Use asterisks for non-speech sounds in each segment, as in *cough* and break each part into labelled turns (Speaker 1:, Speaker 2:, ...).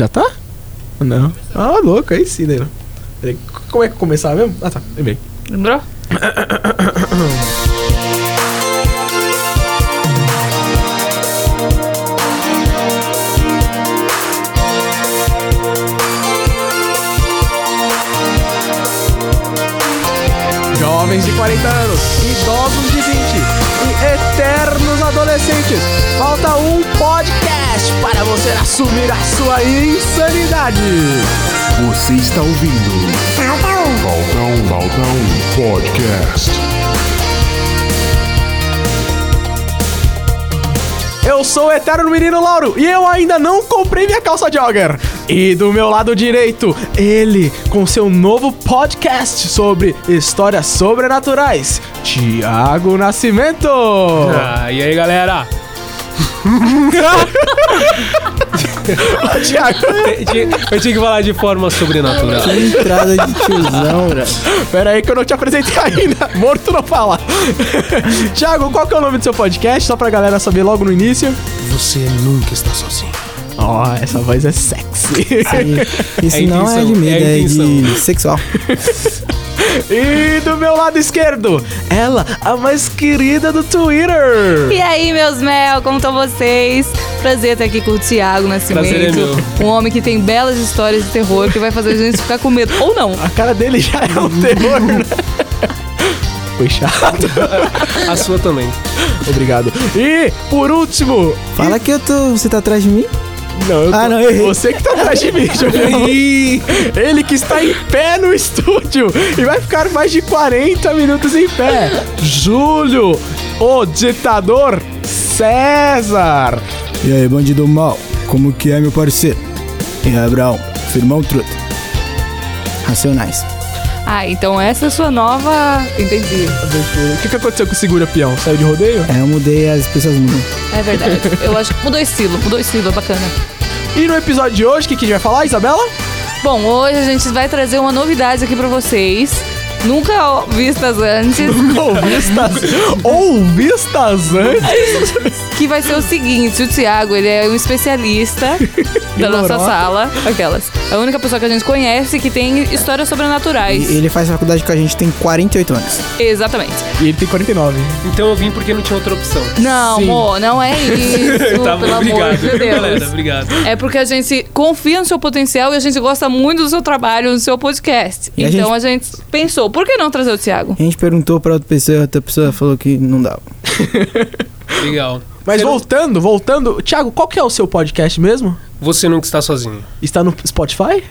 Speaker 1: Já tá? Não. Ah, louco, aí sim, né? Peraí, c- Como é que começava mesmo? Ah, tá, lembrei.
Speaker 2: Lembrou?
Speaker 1: Jovens de 40 anos, idosos de 20 e eternos adolescentes. Falta um podcast para você assumir a sua insanidade.
Speaker 3: Você está ouvindo? Falta um. Falta um, falta um. Podcast.
Speaker 1: Eu sou o eterno menino Lauro e eu ainda não comprei minha calça jogger. E do meu lado direito, ele com seu novo podcast sobre histórias sobrenaturais, Tiago Nascimento.
Speaker 2: Ah, e aí, galera?
Speaker 1: Tiago,
Speaker 2: Eu tinha, eu tinha que falar de forma sobrenatural.
Speaker 4: Entrada de tiozão, velho.
Speaker 1: pera aí que eu não te apresentei ainda. Morto não fala. Tiago, qual que é o nome do seu podcast? Só pra galera saber logo no início.
Speaker 3: Você nunca está sozinho.
Speaker 1: Ó, essa voz é sexy.
Speaker 4: Isso
Speaker 2: É a
Speaker 4: não é
Speaker 2: intenção,
Speaker 4: de
Speaker 2: é
Speaker 4: medo,
Speaker 2: a
Speaker 4: é,
Speaker 2: intenção.
Speaker 4: de sexual.
Speaker 1: E do meu lado esquerdo, ela, a mais querida do Twitter.
Speaker 5: *laughs* E aí, meus mel, como estão vocês? Prazer estar aqui com o Thiago Nascimento.
Speaker 2: Prazer é meu.
Speaker 5: Um homem que tem belas histórias de terror que vai fazer a gente ficar com medo. Ou não.
Speaker 1: A cara dele já é um terror, né? Foi chato.
Speaker 2: A sua também.
Speaker 1: Obrigado. E, por último...
Speaker 4: Fala que eu tô. Você tá atrás de mim?
Speaker 1: Não, eu
Speaker 4: Ah, não, errei.
Speaker 1: Você que tá atrás de mim, Julião. Ele que está em pé no estúdio e vai ficar mais de 40 minutos em pé. Júlio, o ditador César.
Speaker 4: E aí, bandido mal? Como que é, meu parceiro? E aí, Abraão? Firmão truta. Racionais.
Speaker 5: Ah, então essa é a sua nova. Entendi.
Speaker 1: O que, que aconteceu com o Segura Peão? Saiu de rodeio?
Speaker 4: É, eu mudei as pessoas mudam.
Speaker 5: É verdade. Eu acho que mudou estilo, mudou estilo, é bacana.
Speaker 1: E no episódio de hoje, o que, que a gente vai falar, Isabela? *laughs*
Speaker 5: Bom, hoje a gente vai trazer uma novidade aqui pra vocês. Nunca vistas antes.
Speaker 1: Ouvistas, ouvistas antes.
Speaker 5: Que vai ser o seguinte, o Thiago, ele é
Speaker 2: *laughs*
Speaker 5: um especialista da nossa
Speaker 1: Lorota.
Speaker 5: sala. Aquelas. É a única pessoa que a gente conhece que tem histórias
Speaker 4: E
Speaker 5: sobrenaturais.
Speaker 4: ele faz faculdade com a gente, tem 48 anos.
Speaker 5: Exatamente.
Speaker 1: E ele tem 49.
Speaker 2: Então eu vim porque não tinha outra opção.
Speaker 5: Não,
Speaker 1: Sim.
Speaker 5: amor, não
Speaker 2: *laughs*
Speaker 5: é isso.
Speaker 2: tá
Speaker 5: pelo
Speaker 2: bom, obrigado,
Speaker 5: amor de Deus.
Speaker 2: galera. Obrigado.
Speaker 5: É porque a gente confia no seu potencial e a gente gosta muito do seu trabalho, no seu podcast.
Speaker 4: E a
Speaker 5: então a gente... pensou, por que não trazer o Thiago?
Speaker 4: A gente perguntou pra outra pessoa, outra pessoa falou que não dava.
Speaker 2: Legal.
Speaker 1: Mas
Speaker 2: Você não-
Speaker 1: voltando, voltando. Thiago, qual que é o seu podcast mesmo?
Speaker 2: Você nunca está sozinho.
Speaker 1: Está no Spotify?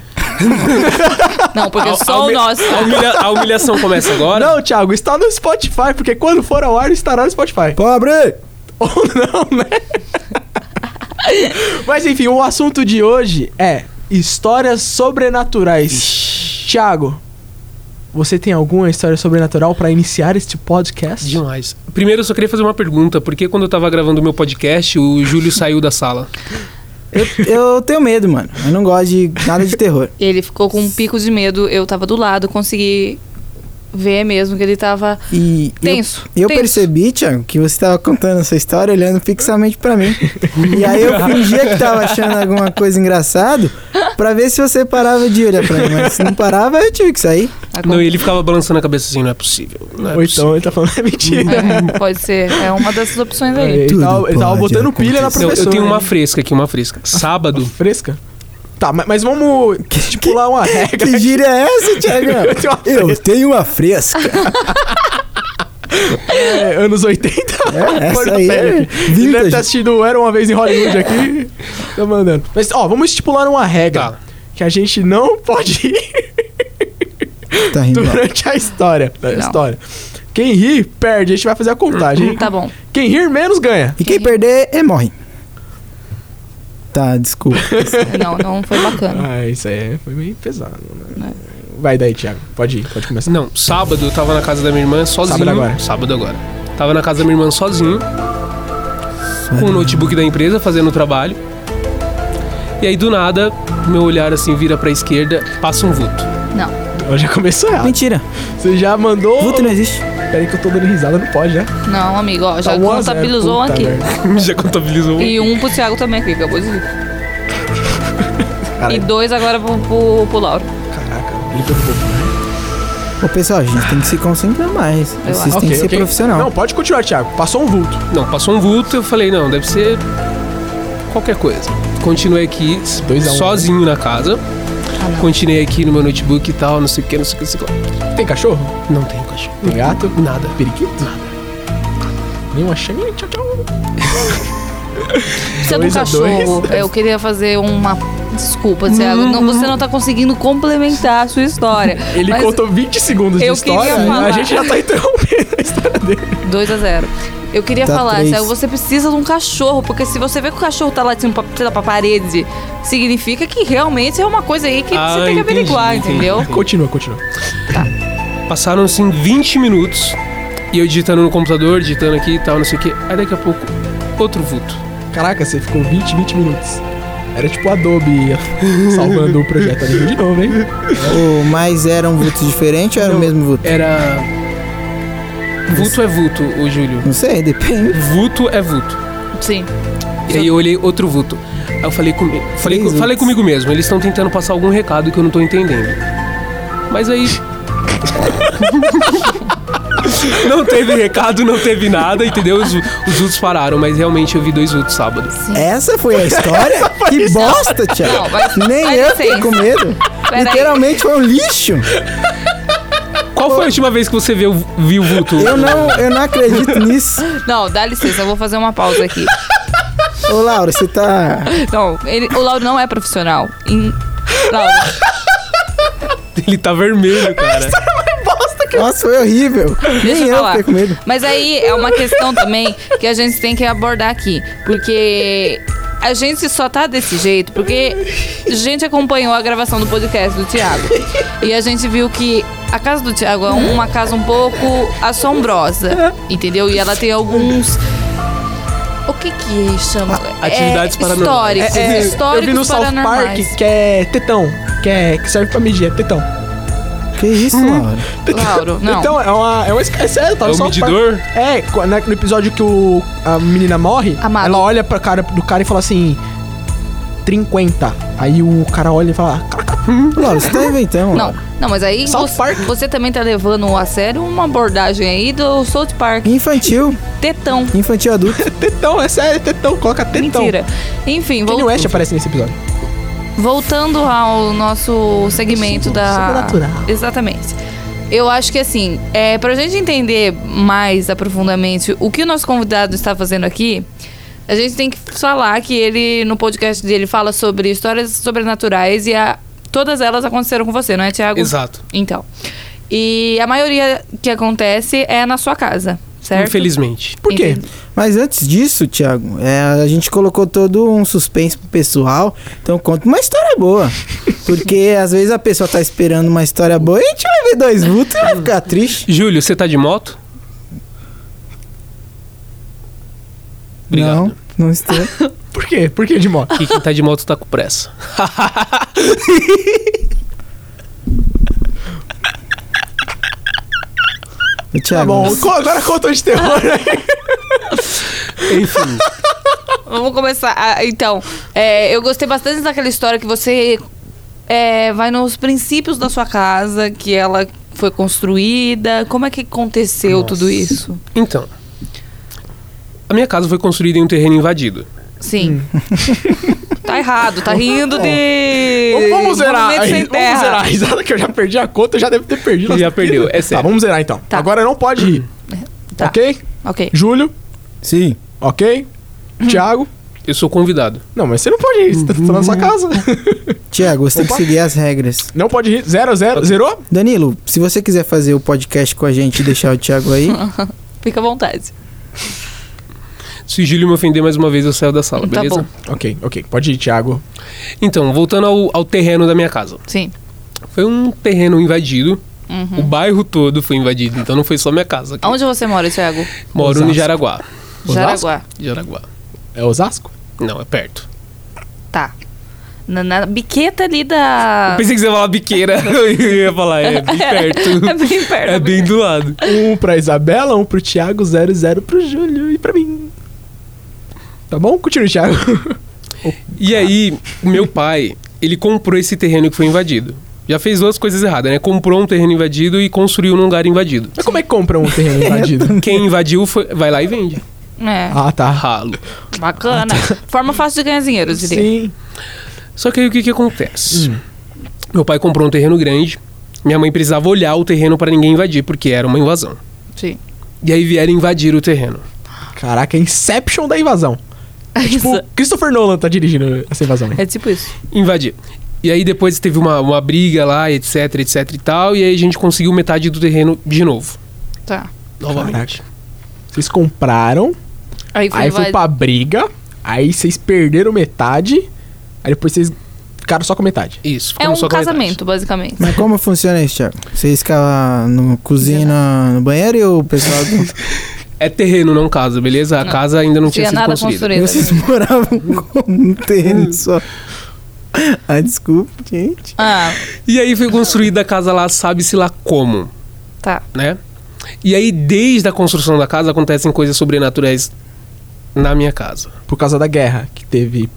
Speaker 5: Não,
Speaker 2: *laughs*
Speaker 5: porque
Speaker 2: Ao-
Speaker 5: só
Speaker 2: ao
Speaker 5: o
Speaker 2: me-
Speaker 5: nosso.
Speaker 2: A, humilha- a humilhação começa agora?
Speaker 1: Não, Thiago, está no Spotify, porque quando for ao ar, estará no Spotify.
Speaker 4: Pobre!
Speaker 1: Ou *laughs* não, né? Mas enfim, o assunto de hoje é histórias sobrenaturais. Thiago, você tem alguma história sobrenatural para iniciar este podcast?
Speaker 2: Demais. Primeiro eu só queria fazer uma pergunta. Por que quando eu tava gravando o meu podcast, o Júlio saiu da sala?
Speaker 4: Eu, eu tenho medo, mano. Eu não gosto de nada de terror.
Speaker 5: Ele ficou com um pico de medo, eu tava do lado, consegui ver mesmo que ele tava
Speaker 4: E. e eu-
Speaker 5: tenso.
Speaker 4: E eu
Speaker 5: tenso.
Speaker 4: percebi, Thiago, que você tava contando essa história olhando fixamente pra mim. E aí eu fingia que tava achando alguma coisa engraçado pra ver se você parava de olhar pra mim. Mas se não parava, eu tive que sair.
Speaker 5: Ah,
Speaker 2: Não, e ele ficava balançando a cabeça assim, não é possível. Não é
Speaker 1: Ou
Speaker 2: possível.
Speaker 1: então ele tá falando é mentira.
Speaker 5: É, pode ser. É uma dessas opções aí.
Speaker 1: Ele
Speaker 4: Tudo
Speaker 1: tava, ele tava
Speaker 4: pode
Speaker 1: botando pilha na
Speaker 4: acontecer.
Speaker 2: Não,
Speaker 1: professora.
Speaker 2: eu tenho uma
Speaker 1: né?
Speaker 2: fresca aqui, uma fresca. Sábado,
Speaker 1: fresca. Tá, ma- mas, vamos estipular uma regra.
Speaker 4: Que gíria é essa, Thiago?
Speaker 1: Eu tenho uma
Speaker 4: Eu
Speaker 1: fresca.
Speaker 4: tenho uma fresca.
Speaker 1: É, anos 80. *laughs*
Speaker 4: É,
Speaker 1: Cor
Speaker 4: essa
Speaker 1: da
Speaker 4: aí
Speaker 1: pele.
Speaker 4: é
Speaker 1: Ele deve
Speaker 4: vintage.
Speaker 1: ter assistido Era Uma Vez em Hollywood *laughs* aqui. Tô mandando. Mas, ó, vamos estipular uma regra.
Speaker 2: Tá.
Speaker 1: Que a gente não pode ir
Speaker 4: Tá rindo. ó.
Speaker 1: durante a história. A
Speaker 5: Não.
Speaker 1: história. Quem rir, perde. A gente vai fazer a contagem.
Speaker 5: *laughs*
Speaker 1: hein?
Speaker 5: Tá bom.
Speaker 1: Quem rir, menos ganha.
Speaker 4: E quem perder, é morre. Tá, desculpa.
Speaker 5: Não, não foi bacana.
Speaker 1: Ah, isso aí foi meio pesado, né? Vai daí, Thiago. Pode ir, pode começar.
Speaker 2: Não, sábado eu tava na casa da minha irmã sozinho.
Speaker 1: Sábado agora.
Speaker 2: Sábado agora. Tava na casa da minha irmã sozinho. Com o notebook da empresa fazendo o trabalho. E aí do nada, meu olhar assim vira pra esquerda, passa um
Speaker 1: *laughs*
Speaker 2: vulto.
Speaker 5: Não.
Speaker 1: Ó, Já começou errado.
Speaker 4: Mentira.
Speaker 1: Você já mandou...
Speaker 4: Vulto não existe.
Speaker 1: Pera aí que eu tô dando risada, não pode, né?
Speaker 5: Não, amigo, ó, já
Speaker 1: Tá um a
Speaker 2: é,
Speaker 1: zero,
Speaker 5: contabilizou um
Speaker 1: puta
Speaker 5: aqui.
Speaker 1: merda.
Speaker 2: Já contabilizou.
Speaker 5: E um pro Thiago também aqui, acabou de vir. E
Speaker 1: Caralho.
Speaker 5: dois agora pro, pro, pro Lauro.
Speaker 1: Caraca, ele perguntou.
Speaker 4: Ô, pessoal, a gente tem que se concentrar mais.
Speaker 5: Eu
Speaker 4: Vocês
Speaker 5: acho.
Speaker 4: têm que ser
Speaker 1: ok.
Speaker 4: profissional.
Speaker 1: Não, pode continuar, Thiago. Passou um vulto.
Speaker 2: Não, passou um vulto, eu falei, não, deve ser qualquer coisa. Continuei aqui,
Speaker 1: Dois a um,
Speaker 2: sozinho na casa. Continuei aqui no meu notebook e tal, não sei o que, não sei o que, não sei o que. lá.
Speaker 1: Tem cachorro?
Speaker 2: Não tenho cachorro.
Speaker 1: Tem gato?
Speaker 2: Nada.
Speaker 1: Periquito? Nenhuma chama. Tchau, tchau.
Speaker 5: Você é do
Speaker 1: Dois a
Speaker 5: cachorro.
Speaker 1: dois.
Speaker 5: Eu queria fazer uma desculpa, Thiago. Não, você não tá conseguindo complementar a sua história.
Speaker 1: *laughs* Ele
Speaker 5: Mas
Speaker 1: contou 20 segundos de
Speaker 5: eu
Speaker 1: história.
Speaker 5: queria falar.
Speaker 1: A gente já tá interrompendo a história dele.
Speaker 5: 2 a 0 Eu queria
Speaker 4: Tá
Speaker 5: falar,
Speaker 4: três.
Speaker 5: Thiago, você precisa de um cachorro, porque se você vê que o cachorro tá latindo pra, sei lá, pra parede, significa que realmente é uma coisa aí que
Speaker 2: Ah,
Speaker 5: você tem que
Speaker 2: entendi,
Speaker 5: averiguar,
Speaker 2: entendi.
Speaker 5: entendeu?
Speaker 2: *laughs*
Speaker 1: Continua, continua.
Speaker 2: Passaram-se em 20 minutos e eu digitando no computador, digitando aqui e tal, não sei o que. Aí daqui a pouco, outro vulto.
Speaker 1: Caraca, você ficou 20, 20 minutos. Era tipo Adobe salvando o projeto ali de novo, hein?
Speaker 4: Ou mais era um vulto diferente ou era
Speaker 2: Não,
Speaker 4: o mesmo vulto?
Speaker 2: Era. Vulto é vulto, ô Júlio.
Speaker 4: Não sei, depende.
Speaker 2: Vulto é vulto.
Speaker 5: Sim.
Speaker 2: E aí eu olhei outro vulto. Aí eu falei comigo. Falei,
Speaker 4: Três
Speaker 2: co- falei
Speaker 4: vultos.
Speaker 2: comigo mesmo, eles estão tentando passar algum recado que eu não tô entendendo. Mas aí. *laughs* não teve recado, não teve nada, entendeu? Os, os vultos pararam, mas realmente eu vi dois vultos sábado.
Speaker 4: Essa foi a história? que bosta,
Speaker 5: Não,
Speaker 4: Thiago.
Speaker 5: mas-
Speaker 4: Nem
Speaker 5: mas
Speaker 4: eu
Speaker 5: licença.
Speaker 4: fiquei com medo.
Speaker 5: Peraí.
Speaker 4: Literalmente foi um lixo.
Speaker 2: Qual foi a última vez que você viu, viu o vulto? *laughs*
Speaker 4: Eu não, eu não acredito nisso.
Speaker 5: Não, dá licença, eu vou fazer uma pausa aqui.
Speaker 4: Ô, Laura, você tá.
Speaker 5: Não, ele- o Lauro não é profissional. Em- Lauro,
Speaker 2: Ele tá vermelho, cara.
Speaker 4: Nossa, foi horrível.
Speaker 5: Tá deixa
Speaker 4: Nem
Speaker 5: eu
Speaker 4: eu
Speaker 5: falar.
Speaker 4: fiquei com medo.
Speaker 5: Mas aí é uma questão também que a gente tem que abordar aqui. Porque a gente só tá desse jeito porque a gente acompanhou a gravação do podcast do Thiago. E a gente viu que a casa do Thiago é uma casa um pouco assombrosa, entendeu? E ela tem alguns. O que que chama?
Speaker 1: Ah,
Speaker 2: Atividades
Speaker 5: é,
Speaker 2: paranormais.
Speaker 5: Históricos, históricos
Speaker 1: eu vi no South Park
Speaker 5: paranormais.
Speaker 1: que é tetão. Que, é, que serve pra medir, é tetão.
Speaker 4: Que isso, Laura?
Speaker 1: *laughs*
Speaker 5: Lauro, não.
Speaker 1: Então, é uma. É, uma, é sério, tá
Speaker 2: É
Speaker 1: no
Speaker 2: um
Speaker 1: South Park.
Speaker 2: medidor?
Speaker 1: É, co- na- no episódio que o, a menina morre,
Speaker 5: Amado.
Speaker 1: ela olha pra cara do cara e fala assim. 50. Aí o cara olha e fala. "Caraca, *laughs*
Speaker 4: Laura, você tá inventando.
Speaker 5: Não,
Speaker 4: Laura.
Speaker 5: não, mas aí
Speaker 1: South
Speaker 5: você,
Speaker 1: Park.
Speaker 5: você também tá levando a sério uma abordagem aí do South Park.
Speaker 4: Infantil,
Speaker 5: Tetão.
Speaker 4: infantil adulto.
Speaker 1: Tetão, é sério, tetão, coloca
Speaker 2: Então,
Speaker 1: tetão.
Speaker 5: Mentira. Enfim,
Speaker 1: Kanye
Speaker 5: vol-
Speaker 2: é,
Speaker 1: West aparece nesse episódio.
Speaker 5: voltando ao nosso segmento da.
Speaker 1: sobrenatural.
Speaker 5: Exatamente. Eu acho que assim, é, pra gente entender mais aprofundamente o que o nosso convidado está fazendo aqui, a gente tem que falar que ele, no podcast dele, fala sobre histórias sobrenaturais e a- todas elas aconteceram com você, não é, Tiago?
Speaker 2: Exato.
Speaker 5: Então. E a maioria que acontece é na sua casa, certo?
Speaker 2: Infelizmente.
Speaker 1: Por quê?
Speaker 5: Entendi.
Speaker 4: Mas antes disso, Thiago, é, a gente colocou todo um suspense pro pessoal. Então conta uma história boa. Porque às vezes a pessoa tá esperando uma história boa e a gente vai ver dois vultos e vai ficar triste.
Speaker 2: Júlio, você tá de moto? Obrigado.
Speaker 4: Não, não estou.
Speaker 1: Por quê? Por que de moto?
Speaker 2: E quem tá de moto tá com pressa.
Speaker 1: *laughs* Tá
Speaker 4: Thiago,
Speaker 1: bom, co- agora conta de terror né?
Speaker 5: *laughs*
Speaker 1: aí.
Speaker 2: Enfim.
Speaker 5: Vamos começar. Ah, então, é, eu gostei bastante daquela história que você é, vai nos princípios da sua casa, que ela foi construída. Como é que aconteceu tudo isso?
Speaker 2: Então. A minha casa foi construída em um terreno invadido.
Speaker 1: Hum.
Speaker 5: Sim. tá errado, tá rindo de.
Speaker 1: Vamos zerar.
Speaker 5: Monumento
Speaker 1: aí,
Speaker 5: sem
Speaker 1: Vamos
Speaker 5: terra.
Speaker 1: zerar. A risada que eu já perdi a conta, eu já devo ter perdido.
Speaker 2: Já
Speaker 1: as-
Speaker 2: perdeu, é
Speaker 1: Tá,
Speaker 2: sério.
Speaker 1: vamos zerar então.
Speaker 5: Tá.
Speaker 1: Agora não pode ir.
Speaker 5: Tá.
Speaker 1: Ok?
Speaker 5: Ok.
Speaker 1: Júlio,
Speaker 4: Sim.
Speaker 1: ok?
Speaker 5: Hum.
Speaker 1: Thiago.
Speaker 2: Eu sou convidado.
Speaker 1: Não, mas você não pode ir, você tá tá na sua casa.
Speaker 4: Thiago, você tem
Speaker 1: Opa.
Speaker 4: que seguir as regras.
Speaker 1: Não pode ir. Zero, zero. Zerou?
Speaker 4: Danilo, se você quiser fazer o podcast com a gente e deixar o
Speaker 1: *laughs*
Speaker 4: Thiago aí,
Speaker 5: Fica à vontade.
Speaker 2: Se o Júlio me ofender mais uma vez, eu saio da sala,
Speaker 5: Tá
Speaker 2: beleza?
Speaker 5: bom.
Speaker 1: Ok, ok. Pode ir, Thiago.
Speaker 2: Então, voltando ao, ao terreno da minha casa.
Speaker 5: Sim. Uhum.
Speaker 2: Foi um terreno invadido. O bairro todo foi invadido, então não foi só minha casa. aqui.
Speaker 5: Hum. Aonde você mora, Thiago?
Speaker 2: Moro no
Speaker 1: Osasco.
Speaker 2: Jaraguá.
Speaker 5: Jaraguá.
Speaker 2: Jaraguá.
Speaker 1: É Osasco?
Speaker 2: Não, é perto.
Speaker 5: Tá. Na, na biqueta ali da.
Speaker 2: Pensei que você ia falar biqueira. *laughs* Eu ia falar, é bem perto.
Speaker 5: *laughs* é bem perto.
Speaker 2: É bem do lado.
Speaker 1: Um pra Isabela, um pro Thiago, zero, zero pro Júlio e pra mim. Tá bom? Continue, Thiago.
Speaker 2: E aí, o meu pai, ele comprou esse terreno que foi invadido. Já fez duas coisas erradas, né? Comprou um terreno invadido e construiu num lugar invadido.
Speaker 1: Mas como é que compra um terreno invadido?
Speaker 2: Quem invadiu foi, vai lá e vende.
Speaker 5: É,
Speaker 1: ah, tá.
Speaker 2: Ralo.
Speaker 5: bacana. Forma fácil de ganhar dinheiro, eu diria.
Speaker 1: Sim.
Speaker 2: Só que aí o que, que acontece? Meu pai comprou um terreno grande. Minha mãe precisava olhar o terreno pra ninguém invadir, porque era uma invasão.
Speaker 5: Sim.
Speaker 2: E aí vieram invadir o terreno.
Speaker 1: Caraca, Inception da invasão.
Speaker 5: É isso.
Speaker 1: Tipo, Christopher Nolan tá dirigindo essa invasão.
Speaker 5: É tipo isso.
Speaker 2: Invadir. E aí depois teve uma, uma briga lá, etc, etc e tal. E aí a gente conseguiu metade do terreno de novo.
Speaker 5: Tá.
Speaker 2: É, Novamente.
Speaker 1: Vocês compraram,
Speaker 5: Aí foi,
Speaker 1: aí foi
Speaker 5: vai-
Speaker 1: pra briga, aí vocês perderam metade, aí depois vocês ficaram só com metade.
Speaker 2: Isso.
Speaker 5: É
Speaker 2: ficamos
Speaker 5: um
Speaker 2: só com a metade.
Speaker 5: casamento, basicamente.
Speaker 4: Mas como funciona isso, Thiago? Vocês ficam no cozinha, no banheiro e o pessoal.
Speaker 2: É terreno, não casa, beleza? A casa ainda não tinha,
Speaker 5: tinha
Speaker 2: sido
Speaker 5: nada
Speaker 2: construída.
Speaker 5: construído.
Speaker 4: Vocês *laughs* moravam com um terreno só. Ah, desculpa, gente.
Speaker 5: Ah,
Speaker 2: E aí foi construída a casa lá, sabe-se lá como,
Speaker 5: tá.
Speaker 2: né? E aí, desde a construção da casa, acontecem coisas sobrenaturais na minha casa.
Speaker 1: Por causa da guerra que teve.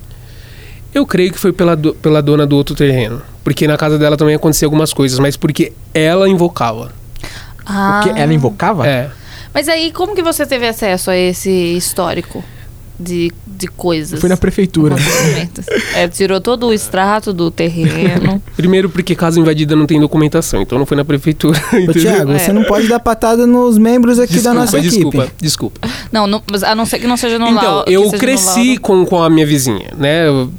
Speaker 2: Eu creio que foi pela, do- pela dona do outro terreno. Porque na casa dela também acontecia algumas coisas, mas porque ela invocava.
Speaker 5: Ah.
Speaker 1: Porque ela invocava?
Speaker 2: É.
Speaker 5: Mas aí, como que você teve acesso a esse histórico de, de coisas?
Speaker 1: Foi na prefeitura.
Speaker 5: Acontecimentos? É, tirou todo o extrato
Speaker 2: *laughs*
Speaker 5: do terreno.
Speaker 2: Primeiro, porque casa invadida não tem documentação, então não foi na prefeitura. *laughs*
Speaker 4: Ô,
Speaker 2: entendeu?
Speaker 4: Thiago,
Speaker 5: É.
Speaker 4: você não pode dar patada nos membros aqui
Speaker 2: Desculpa,
Speaker 4: da nossa equipe.
Speaker 2: desculpa, desculpa.
Speaker 5: Não, não- mas a não ser que não seja no
Speaker 2: Então,
Speaker 5: Lau- né? que
Speaker 2: eu
Speaker 5: seja no
Speaker 2: cresci
Speaker 5: Lauro.
Speaker 2: com, com a minha vizinha, né? Eu-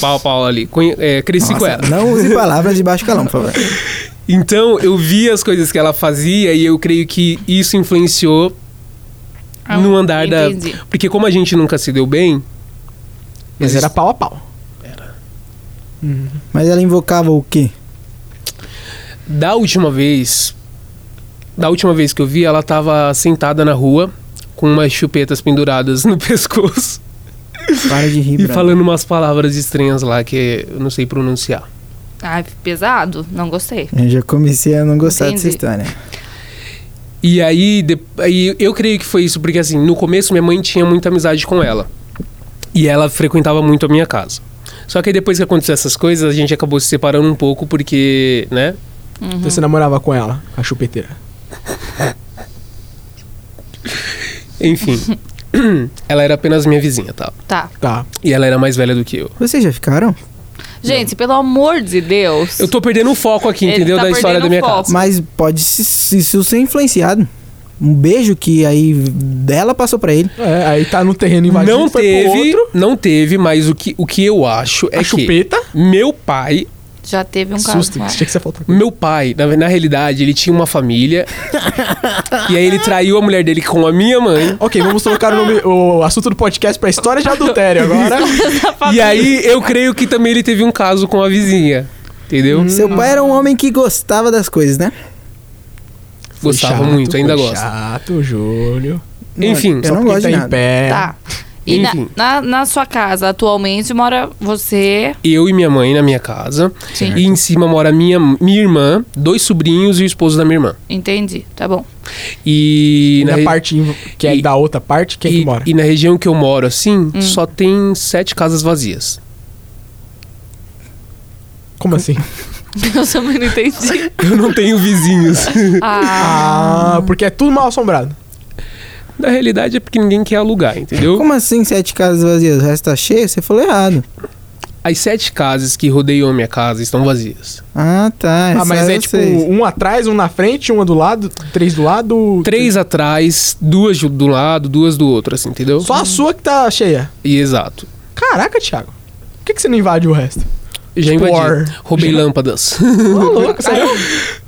Speaker 2: Pau, pau ali. Conhe- é, cresci com
Speaker 4: Nossa,
Speaker 2: ela.
Speaker 4: não *laughs* use palavras de baixo calão, por favor.
Speaker 2: Então, eu vi as coisas que ela fazia e eu creio que isso influenciou
Speaker 5: Ah,
Speaker 2: no andar
Speaker 5: entendi.
Speaker 2: da. Porque, como a gente nunca se deu bem,
Speaker 1: Mas era pau a pau.
Speaker 5: Uhum.
Speaker 4: Mas ela invocava o quê?
Speaker 2: da última vez. Da última vez que eu vi, ela tava sentada na rua com umas chupetas penduradas no *laughs* pescoço
Speaker 4: Para de rir,
Speaker 2: e
Speaker 4: brother.
Speaker 2: falando umas palavras estranhas lá que eu não sei pronunciar.
Speaker 5: Ai, pesado. Não gostei.
Speaker 4: Eu já comecei a não gostar
Speaker 5: Entendi.
Speaker 4: dessa história.
Speaker 2: E aí, de- aí eu creio que foi isso, porque assim, no começo minha mãe tinha muita amizade com ela. E ela frequentava muito a minha casa. Só que aí depois que aconteceu essas coisas, a gente acabou se separando um pouco, porque, né?
Speaker 1: Então você namorava com ela, a chupeteira.
Speaker 5: *laughs*
Speaker 2: Enfim. ela era apenas minha vizinha, tá?
Speaker 5: Tá.
Speaker 1: Tá.
Speaker 2: E ela era mais velha do que eu.
Speaker 4: Vocês já ficaram?
Speaker 5: Gente, pelo amor de Deus.
Speaker 2: Eu tô perdendo o foco aqui,
Speaker 5: Ele
Speaker 2: entendeu?
Speaker 5: tá
Speaker 2: da história da
Speaker 5: perdendo
Speaker 2: minha
Speaker 5: o foco.
Speaker 2: casa.
Speaker 4: Mas pode se- se- isso ser influenciado. Um beijo que aí dela passou pra ele.
Speaker 1: É, aí tá no terreno invadido,
Speaker 2: não
Speaker 1: foi pro
Speaker 2: teve,
Speaker 1: outro.
Speaker 2: não teve, mas o que, o que eu acho é
Speaker 1: a
Speaker 2: que
Speaker 1: chupeta.
Speaker 2: meu pai
Speaker 5: Já teve um caso.
Speaker 1: Susto,
Speaker 5: com ela.
Speaker 1: isso tinha que ser falta.
Speaker 2: Meu pai, na, na realidade, ele tinha uma família. e aí ele traiu a mulher dele com a minha mãe.
Speaker 1: Ok, vamos trocar o, nome- o assunto do podcast pra história de adultério agora. *laughs*
Speaker 2: E aí eu creio que também ele teve um caso com a vizinha. Entendeu?
Speaker 4: Seu pai era um homem que gostava das coisas, né?
Speaker 1: Foi
Speaker 2: Gostava
Speaker 1: chato,
Speaker 2: muito, ainda
Speaker 1: foi
Speaker 2: gosta.
Speaker 1: Chato, Júlio.
Speaker 2: Enfim,
Speaker 4: eu
Speaker 1: Só
Speaker 4: não
Speaker 1: porque
Speaker 4: gosto
Speaker 1: tá
Speaker 4: de
Speaker 1: em
Speaker 4: nada.
Speaker 1: pé.
Speaker 5: Tá. E na,
Speaker 2: Enfim.
Speaker 5: na, na sua casa, atualmente, mora você.
Speaker 2: eu e minha mãe na minha casa.
Speaker 5: Sim.
Speaker 2: E em cima mora minha, minha irmã, dois sobrinhos e o esposo da minha irmã.
Speaker 5: Entendi. Tá bom. *laughs*
Speaker 2: E,
Speaker 1: E na
Speaker 2: re-
Speaker 1: parte inv- que é
Speaker 2: e-
Speaker 1: da outra parte, quem
Speaker 2: e,
Speaker 1: que mora?
Speaker 2: e na região que eu moro, assim, só tem sete casas vazias. *laughs*
Speaker 1: Como assim?
Speaker 5: Eu também não entendi.
Speaker 2: Eu não tenho vizinhos.
Speaker 5: Ah,
Speaker 1: Ah, porque é tudo mal assombrado.
Speaker 2: na realidade é porque ninguém quer alugar, entendeu?
Speaker 4: Como assim sete casas vazias? O resto tá cheio? Você falou errado.
Speaker 2: As sete casas que rodeiam a minha casa estão vazias.
Speaker 4: Ah, tá.
Speaker 1: ah, mas é tipo um atrás, um na frente, uma do lado, três do lado.
Speaker 2: Três atrás, duas de- do lado, duas do outro, assim, entendeu?
Speaker 1: Só a sua que tá cheia.
Speaker 2: E exato.
Speaker 1: Caraca, Thiago. Por que, que você não invade o resto?
Speaker 2: Já
Speaker 1: Tipo,
Speaker 2: invadi.
Speaker 1: or- *laughs*
Speaker 2: Roubei lâmpadas. *laughs*
Speaker 1: Ô, louco, sério.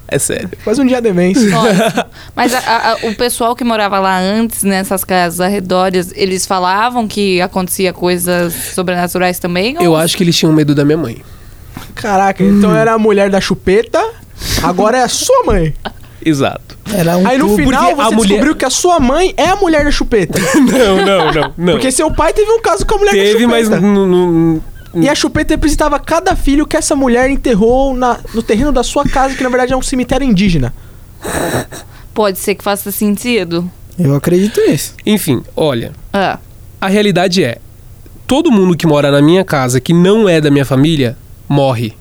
Speaker 2: é sério.
Speaker 1: Faz um dia demência.
Speaker 5: nossa. Mas a- a- a- o pessoal que morava lá antes, nessas casas arredores, eles falavam que acontecia coisas sobrenaturais também?
Speaker 2: Eu
Speaker 5: ou-
Speaker 2: acho que eles tinham medo da minha mãe.
Speaker 1: Caraca, então era a mulher da chupeta, agora é a sua mãe.
Speaker 2: Exato.
Speaker 4: Era um
Speaker 1: Aí no
Speaker 4: tubo.
Speaker 1: final
Speaker 2: Porque a
Speaker 1: você
Speaker 2: mulher-
Speaker 1: descobriu que a sua mãe é a mulher da chupeta.
Speaker 2: *laughs* Não,
Speaker 1: *laughs*
Speaker 2: não, não, não.
Speaker 1: Porque seu pai teve um caso com a mulher
Speaker 2: teve,
Speaker 1: da
Speaker 2: mas
Speaker 1: chupeta.
Speaker 2: não, não-
Speaker 1: E a chupeta representava cada filho que essa mulher enterrou na- no terreno da sua casa, que na verdade é um cemitério indígena.
Speaker 5: Pode ser que faça sentido.
Speaker 4: Eu acredito nisso.
Speaker 2: Enfim, olha.
Speaker 5: Ah,
Speaker 2: A realidade é: todo mundo que mora na minha casa que não é da minha família morre.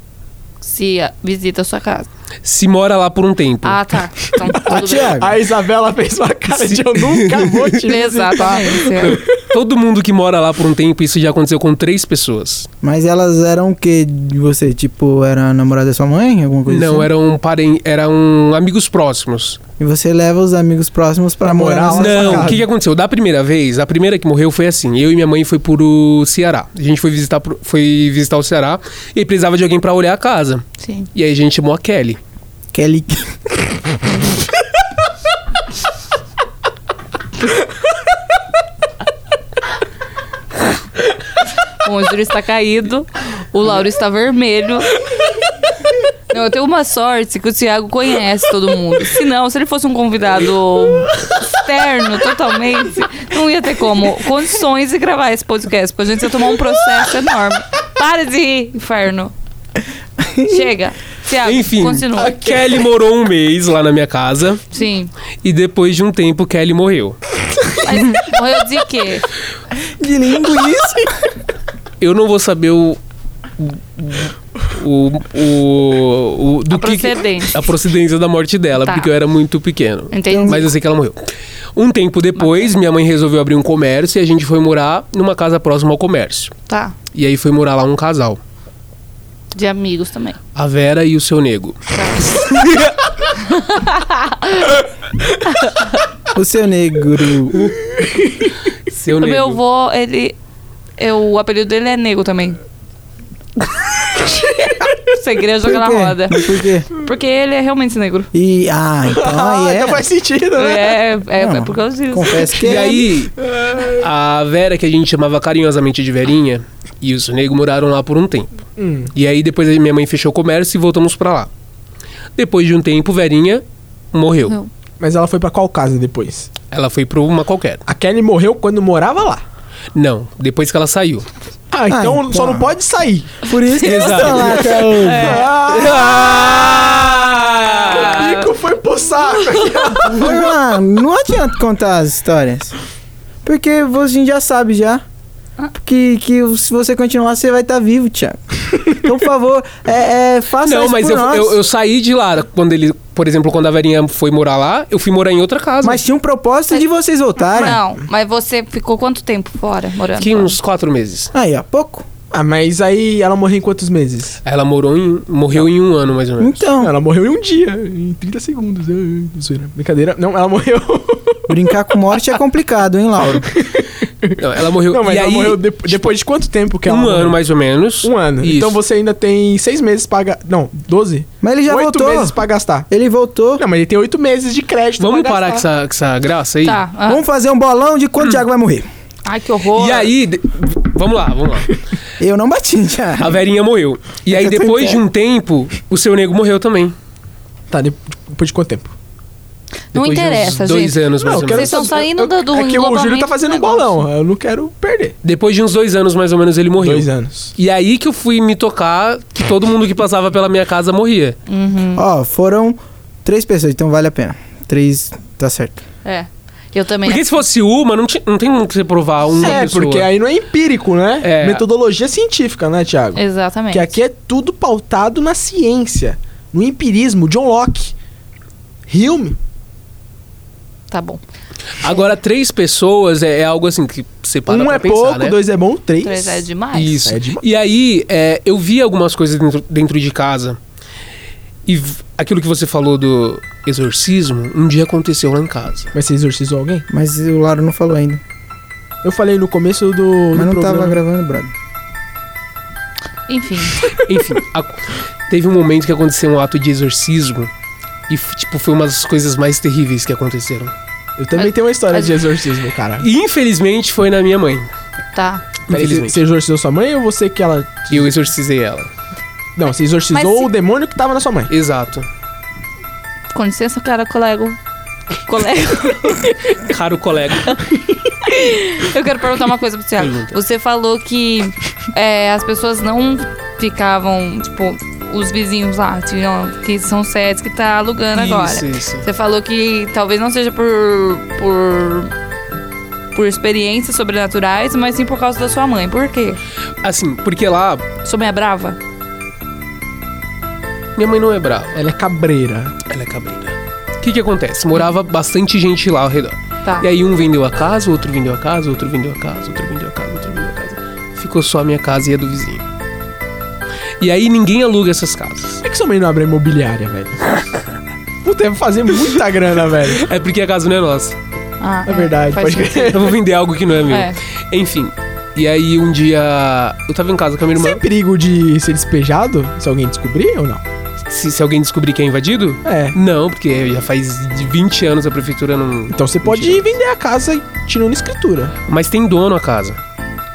Speaker 5: Se a- visita a sua casa.
Speaker 2: Se mora lá por um tempo.
Speaker 5: Ah, tá. Então,
Speaker 4: Ah,
Speaker 5: tudo bem.
Speaker 4: Thiago,
Speaker 1: A Isabela fez uma cara de eu nunca vou
Speaker 5: *laughs*
Speaker 1: te visitar.
Speaker 5: Exatamente. é.
Speaker 2: *laughs* Todo mundo que mora lá por um tempo, isso já aconteceu com três pessoas.
Speaker 4: mas elas eram o que de você? Tipo, era a namorada da sua mãe? Alguma coisa
Speaker 2: Não,
Speaker 1: é.
Speaker 4: assim?
Speaker 2: eram, paren... eram amigos próximos.
Speaker 4: E você leva os amigos próximos pra morar lá? na sua
Speaker 2: Não, o
Speaker 4: casa.
Speaker 2: que, que aconteceu? Da primeira vez, a primeira que morreu foi assim. Eu e minha mãe foi pro Ceará. A gente foi visitar, pro- foi visitar o Ceará e precisava de alguém pra olhar a casa.
Speaker 5: Sim.
Speaker 2: E aí a gente chamou a Kelly.
Speaker 4: Kelly.
Speaker 5: O Ângelo está caído, o Lauro está vermelho. Não, eu tenho uma sorte que o Thiago conhece todo mundo. Se não, se ele fosse um convidado externo totalmente, não ia ter como condições de gravar esse podcast, porque a gente ia tomar um processo enorme. Para de rir, inferno. Chega. Thiago,
Speaker 2: Enfim,
Speaker 5: continua.
Speaker 2: a Kelly morou um mês lá na minha casa
Speaker 5: Sim.
Speaker 2: e depois de um tempo Kelly morreu.
Speaker 5: Mas morreu de quê?
Speaker 4: De linguiça.
Speaker 2: Eu não vou saber o. O. o, o- do
Speaker 5: A
Speaker 2: que que-
Speaker 5: procedência.
Speaker 2: a procedência da morte dela,
Speaker 5: Tá.
Speaker 2: porque eu era muito pequeno.
Speaker 5: Entendi.
Speaker 2: Mas eu sei que ela morreu. Um tempo depois, minha mãe resolveu abrir um comércio e a gente foi morar numa casa próxima ao comércio.
Speaker 5: Tá.
Speaker 2: E aí foi morar lá um casal.
Speaker 5: De amigos também.
Speaker 2: A Vera e o seu nego.
Speaker 4: O
Speaker 5: *laughs*
Speaker 4: seu negro.
Speaker 2: Seu
Speaker 5: O
Speaker 2: nego.
Speaker 5: meu avô, ele. é, o apelido dele é nego também. Você queria
Speaker 4: Por
Speaker 5: jogar na
Speaker 4: quê?
Speaker 5: roda.
Speaker 4: Mas por quê?
Speaker 5: Porque ele é realmente negro.
Speaker 4: E, ah, *laughs* então
Speaker 1: Ah,
Speaker 4: aí é.
Speaker 1: então faz sentido, né?
Speaker 5: É, é,
Speaker 4: Não,
Speaker 5: é por causa disso.
Speaker 4: Confesso que
Speaker 2: E
Speaker 4: é.
Speaker 2: aí, a Vera, que a gente chamava carinhosamente de Verinha, e os negros moraram lá por um tempo.
Speaker 1: Hum.
Speaker 2: E aí, depois a minha mãe fechou o comércio e voltamos pra lá. Depois de um tempo, Verinha morreu.
Speaker 5: Não.
Speaker 1: Mas ela foi pra qual casa depois?
Speaker 2: Ela foi pra uma qualquer.
Speaker 1: A Kelly morreu quando morava lá.
Speaker 2: Não, depois que ela saiu.
Speaker 1: Ah, então,
Speaker 4: então.
Speaker 1: só não pode sair.
Speaker 4: Por *laughs* isso que eles
Speaker 2: Exato.
Speaker 4: estão lá até hoje.
Speaker 2: É.
Speaker 1: Ah, o bico foi pro saco.
Speaker 4: Mas, mano, não adianta contar as histórias. Porque você já sabe já. Que, que se você continuar, você vai estar vivo, Thiago. Então, por favor, é, é, faça
Speaker 2: não,
Speaker 4: isso
Speaker 2: mas
Speaker 4: por
Speaker 2: eu,
Speaker 4: nós.
Speaker 2: eu, eu saí de lá. Quando ele, por exemplo, quando a Verinha foi morar lá, eu fui morar em outra casa.
Speaker 4: Mas tinha um propósito de vocês voltarem.
Speaker 5: Não, mas você ficou quanto tempo fora morando?
Speaker 2: Fiquei uns quatro meses.
Speaker 4: Aí, ó, pouco.
Speaker 1: Ah, mas aí ela morreu em quantos meses?
Speaker 2: Ela morou em, morreu em um ano, mais ou menos.
Speaker 4: Então,
Speaker 1: Ela morreu em um dia, em 30 segundos. Ah, Zoeira. Brincadeira. Não, ela morreu.
Speaker 4: brincar com morte é complicado, hein, Lauro?
Speaker 2: Não, ela morreu.
Speaker 1: Não, mas
Speaker 2: e
Speaker 1: ela
Speaker 2: aí,
Speaker 1: morreu dep- depois de quanto tempo que ela
Speaker 2: um
Speaker 1: morreu?
Speaker 2: ano, mais ou menos.
Speaker 1: Um ano.
Speaker 2: Isso.
Speaker 1: Então você ainda tem seis meses pra gastar. Não, 12?
Speaker 4: Mas ele já
Speaker 1: Oito
Speaker 4: voltou.
Speaker 1: meses pra gastar.
Speaker 4: Ele voltou.
Speaker 1: Não, mas ele tem oito meses de crédito.
Speaker 2: Vamos
Speaker 1: pra
Speaker 2: parar com
Speaker 1: gastar.
Speaker 2: essa, com essa graça aí?
Speaker 5: Tá. ah.
Speaker 4: Vamos fazer um bolão de quando o Thiago vai morrer.
Speaker 5: Ai, que horror.
Speaker 2: E aí, de- vamos lá, vamos lá.
Speaker 4: Eu não bati, *laughs* Thiago.
Speaker 2: A Verinha morreu. E aí,
Speaker 4: Eu tô em
Speaker 2: depois
Speaker 4: pé.
Speaker 2: de um tempo, o seu nego morreu também.
Speaker 1: Tá, de- depois de quanto tempo?
Speaker 5: Não
Speaker 2: Depois de uns
Speaker 5: interessa,
Speaker 2: dois
Speaker 5: gente.
Speaker 2: anos, mais ou
Speaker 1: eu quero
Speaker 2: menos.
Speaker 5: Vocês estão
Speaker 1: só-
Speaker 5: saindo
Speaker 1: eu-
Speaker 5: da- do né,
Speaker 1: É que o Júlio
Speaker 5: englobamento
Speaker 1: tá fazendo
Speaker 5: do
Speaker 1: um bolão. Eu não quero perder.
Speaker 2: Depois de uns dois anos, mais ou menos, ele morreu.
Speaker 1: Dois anos.
Speaker 2: E aí que eu fui me tocar que todo mundo que passava pela minha casa morria.
Speaker 5: Ah. Uhum,
Speaker 4: Ó, foram três pessoas, então vale a pena. Três, tá certo.
Speaker 5: É. Eu também.
Speaker 2: Porque se fosse uma, não, ti- não tem como você provar uma
Speaker 1: é,
Speaker 2: pessoa.
Speaker 1: porque aí não é empírico, né?
Speaker 2: É.
Speaker 1: Metodologia científica, né, Thiago?
Speaker 5: Exatamente.
Speaker 1: Que aqui é tudo pautado na ciência, no empirismo, John Locke. Hume.
Speaker 5: Tá bom.
Speaker 2: Agora, três pessoas é, é algo assim que você para
Speaker 1: um
Speaker 2: pra
Speaker 1: é
Speaker 2: pensar,
Speaker 1: pouco,
Speaker 2: né?
Speaker 1: dois é bom, três.
Speaker 5: Três é demais.
Speaker 2: Isso.
Speaker 1: É demais.
Speaker 2: E aí, é, eu vi algumas coisas dentro, dentro de casa. E v- aquilo que você falou do exorcismo, um dia aconteceu lá em casa.
Speaker 1: Mas você exorcizou alguém?
Speaker 4: Mas o Lauro não falou ainda.
Speaker 1: Eu falei no começo do. do
Speaker 4: Mas não
Speaker 1: programa.
Speaker 4: tava gravando, brother.
Speaker 5: Enfim.
Speaker 2: Enfim, a- teve um momento que aconteceu um ato de exorcismo. E, f- tipo, foi uma das coisas mais terríveis que aconteceram.
Speaker 1: Eu também tenho uma história
Speaker 5: a-
Speaker 1: de exorcismo, cara.
Speaker 2: E, infelizmente, foi na minha mãe.
Speaker 5: Tá.
Speaker 1: Peraí, você
Speaker 2: *laughs* Infelizmente.
Speaker 1: você exorcizou sua mãe ou você que ela.
Speaker 2: Eu exorcizei ela.
Speaker 1: Não, você exorcizou
Speaker 5: Mas se-
Speaker 1: o demônio que tava na sua mãe.
Speaker 2: Exato.
Speaker 5: Com licença, cara, colega. Colega.
Speaker 2: Caro colega.
Speaker 5: Eu quero perguntar uma coisa pro Thiago.
Speaker 2: Pergunta.
Speaker 5: Você falou que é, as pessoas não ficavam, tipo, os vizinhos lá, tinham, que são sete que tá alugando
Speaker 2: Isso,
Speaker 5: agora.
Speaker 2: isso.
Speaker 5: Você falou que talvez não seja por, por, por experiências sobrenaturais, mas sim por causa da sua mãe. Por quê?
Speaker 2: Assim, porque lá
Speaker 5: Sua mãe é brava?
Speaker 2: Minha mãe não é brava.
Speaker 1: Ela é cabreira.
Speaker 2: Ela é cabreira. O que que acontece? Morava bastante gente lá ao redor.
Speaker 5: Tá.
Speaker 2: E aí um vendeu a casa, outro vendeu a casa, outro vendeu a casa, outro vendeu a casa, outro vendeu a casa. Ficou só a minha casa e a do vizinho. E aí ninguém aluga essas casas.
Speaker 1: Por É que sua mãe não abre a imobiliária, *laughs* velho? Puta, ia fazer muita grana, velho.
Speaker 2: É porque a casa não é nossa.
Speaker 5: Ah,
Speaker 1: É verdade,
Speaker 5: faz
Speaker 1: pode
Speaker 5: sentido.
Speaker 1: crer.
Speaker 2: Eu vou vender algo que não é meu.
Speaker 5: É.
Speaker 2: Enfim. E aí um dia eu tava em casa com a minha
Speaker 1: Sem
Speaker 2: irmã.
Speaker 1: perigo de ser despejado, se alguém descobrir ou não?
Speaker 2: Se, se alguém descobrir que é invadido?
Speaker 1: É.
Speaker 2: Não, porque já faz de 20 anos a prefeitura não.
Speaker 1: Então você pode
Speaker 2: Mentira.
Speaker 1: vender a casa e tirando escritura.
Speaker 2: Mas tem dono a casa.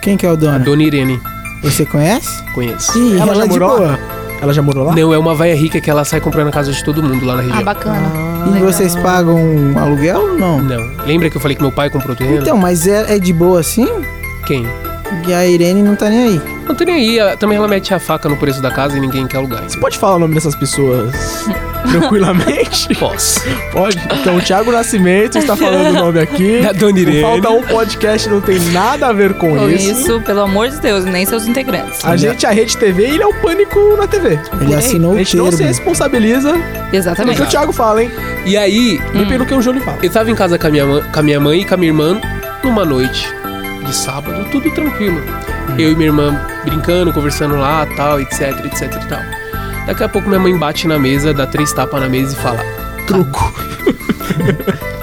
Speaker 4: Quem que é o dono?
Speaker 2: Dona Irene,
Speaker 4: Você conhece?
Speaker 2: conheço.
Speaker 4: Ih,
Speaker 1: Ela
Speaker 4: ela,
Speaker 1: já
Speaker 4: é de
Speaker 1: morou
Speaker 4: boa.
Speaker 1: Ela já morou lá?
Speaker 2: Não, é uma vaia rica que ela sai comprando a casa de todo mundo lá na região.
Speaker 5: Ah, bacana.
Speaker 4: E
Speaker 5: Legal.
Speaker 4: vocês pagam um aluguel ou não?
Speaker 2: Não. Lembra que eu falei que meu pai comprou terreno?
Speaker 4: Então, mas é, é de boa assim?
Speaker 2: Quem?
Speaker 4: E a Irene não tá nem aí.
Speaker 2: Não tem nem aí. ela- Também ela mete a faca no preço da casa e ninguém quer alugar.
Speaker 1: Você pode falar o nome dessas *laughs* pessoas tranquilamente?
Speaker 2: Posso.
Speaker 1: Pode. Então, o Thiago Nascimento está falando o nome *laughs* aqui.
Speaker 2: Da Dona Irene.
Speaker 1: Falta um podcast, não tem nada a ver com,
Speaker 5: Com
Speaker 1: isso.
Speaker 5: isso, pelo amor de Deus, nem seus integrantes.
Speaker 1: A gente, é a Rede TV, e ele é o pânico na TV.
Speaker 4: Ele assinou
Speaker 1: a
Speaker 4: o
Speaker 1: gente não se
Speaker 4: termo.
Speaker 1: responsabiliza do
Speaker 5: Exatamente.
Speaker 1: que o Thiago fala, hein?
Speaker 2: E aí,
Speaker 1: Nem pelo que o Júlio um fala.
Speaker 2: eu tava em casa com a, minha, mã- com a minha mãe e com a minha irmã numa noite de sábado, tudo tranquilo. Eu e minha irmã brincando, conversando lá, tal, etc, etc e tal. Daqui a pouco minha mãe bate na mesa, dá três tapas na mesa e fala: Truco.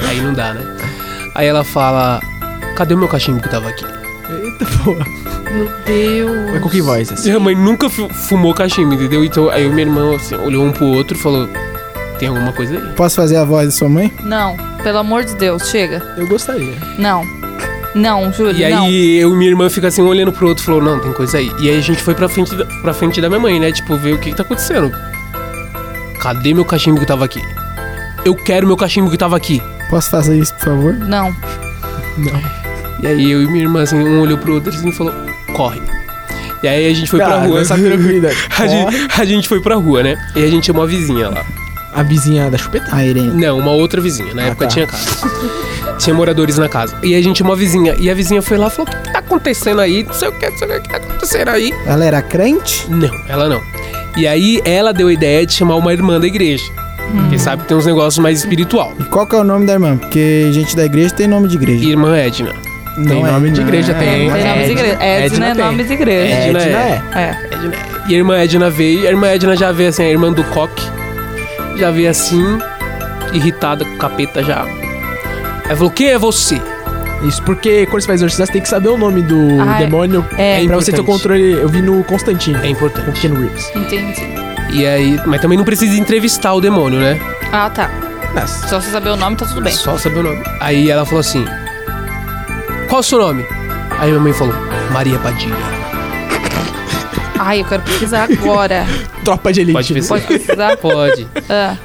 Speaker 2: aí não dá, né? Aí ela fala: Cadê o meu cachimbo que tava aqui?
Speaker 1: Eita, porra.
Speaker 5: Meu Deus.
Speaker 1: Mas com que voz? Assim?
Speaker 2: Minha mãe nunca fu- fumou cachimbo, entendeu? Então aí minha irmã assim, olhou um pro outro e falou: Tem alguma coisa aí?
Speaker 4: Posso fazer a voz da sua mãe?
Speaker 5: Não, pelo amor de Deus, chega.
Speaker 1: Eu gostaria.
Speaker 5: Não. Não, Júlio,
Speaker 2: E
Speaker 5: não.
Speaker 2: aí eu e minha irmã fica assim, um olhando pro outro, falou, não, tem coisa aí. E aí a gente foi pra frente da, pra frente da minha mãe, né? Tipo, ver o que, que tá acontecendo. Cadê meu cachimbo que tava aqui? Eu quero meu cachimbo que tava aqui.
Speaker 4: Posso fazer isso, por favor?
Speaker 5: Não.
Speaker 2: E aí eu e minha irmã, assim, um olhou pro outro assim, e falou, corre. E aí a gente foi pra
Speaker 1: Cara,
Speaker 2: rua.
Speaker 1: Essa tranquilidade.
Speaker 2: *laughs* A gente, a gente foi pra rua, né? E a gente tinha uma vizinha lá.
Speaker 1: Ó, a vizinha da chupeta.
Speaker 4: A Irene.
Speaker 2: Não, uma outra vizinha. Na
Speaker 1: Ah,
Speaker 2: época
Speaker 1: tá.
Speaker 2: tinha casa. tinha moradores na casa. E a gente tinha uma vizinha. E a vizinha foi lá e falou: O que que tá acontecendo aí? Não sei o que, não sei o que, o que tá acontecendo aí.
Speaker 4: Ela era crente?
Speaker 2: Não, ela não. E aí ela deu a ideia de chamar uma irmã da igreja.
Speaker 1: Hum.
Speaker 2: Porque sabe que tem uns negócios mais espiritual.
Speaker 4: E qual que é o nome da irmã? Porque gente da igreja tem nome de igreja.
Speaker 2: Irmã Edna.
Speaker 1: tem
Speaker 4: é.
Speaker 1: nome de igreja, tem.
Speaker 5: Tem nome de igreja. Edna é
Speaker 1: tem.
Speaker 5: nome de igreja.
Speaker 2: Edna é.
Speaker 1: Edna
Speaker 5: É.
Speaker 2: Edna é. E a irmã Edna veio. E a irmã Edna já veio assim, a irmã do coque. Já veio assim, irritada com o capeta já. Ela falou: Quem é você?
Speaker 1: é. Isso porque quando você faz exorcismo, você tem que saber o nome do
Speaker 5: Ah, é.
Speaker 1: demônio.
Speaker 5: É.
Speaker 1: pra você ter o
Speaker 2: importante.
Speaker 1: controle. Eu vi no Constantino.
Speaker 2: É importante.
Speaker 1: Com o Keanu Reeves.
Speaker 5: Entendi.
Speaker 2: E aí, mas também não precisa entrevistar o demônio, né?
Speaker 5: Ah, tá.
Speaker 1: Nossa.
Speaker 5: Só você saber o nome, tá tudo bem.
Speaker 2: Só saber o nome. Aí ela falou assim: Qual o seu nome? Aí minha mãe falou: Maria Padilha.
Speaker 5: Ai, eu quero pesquisar agora.
Speaker 1: Tropa de elite. né?
Speaker 2: Pode ver se-
Speaker 5: Pode pesquisar?
Speaker 2: Pode.
Speaker 5: Ah,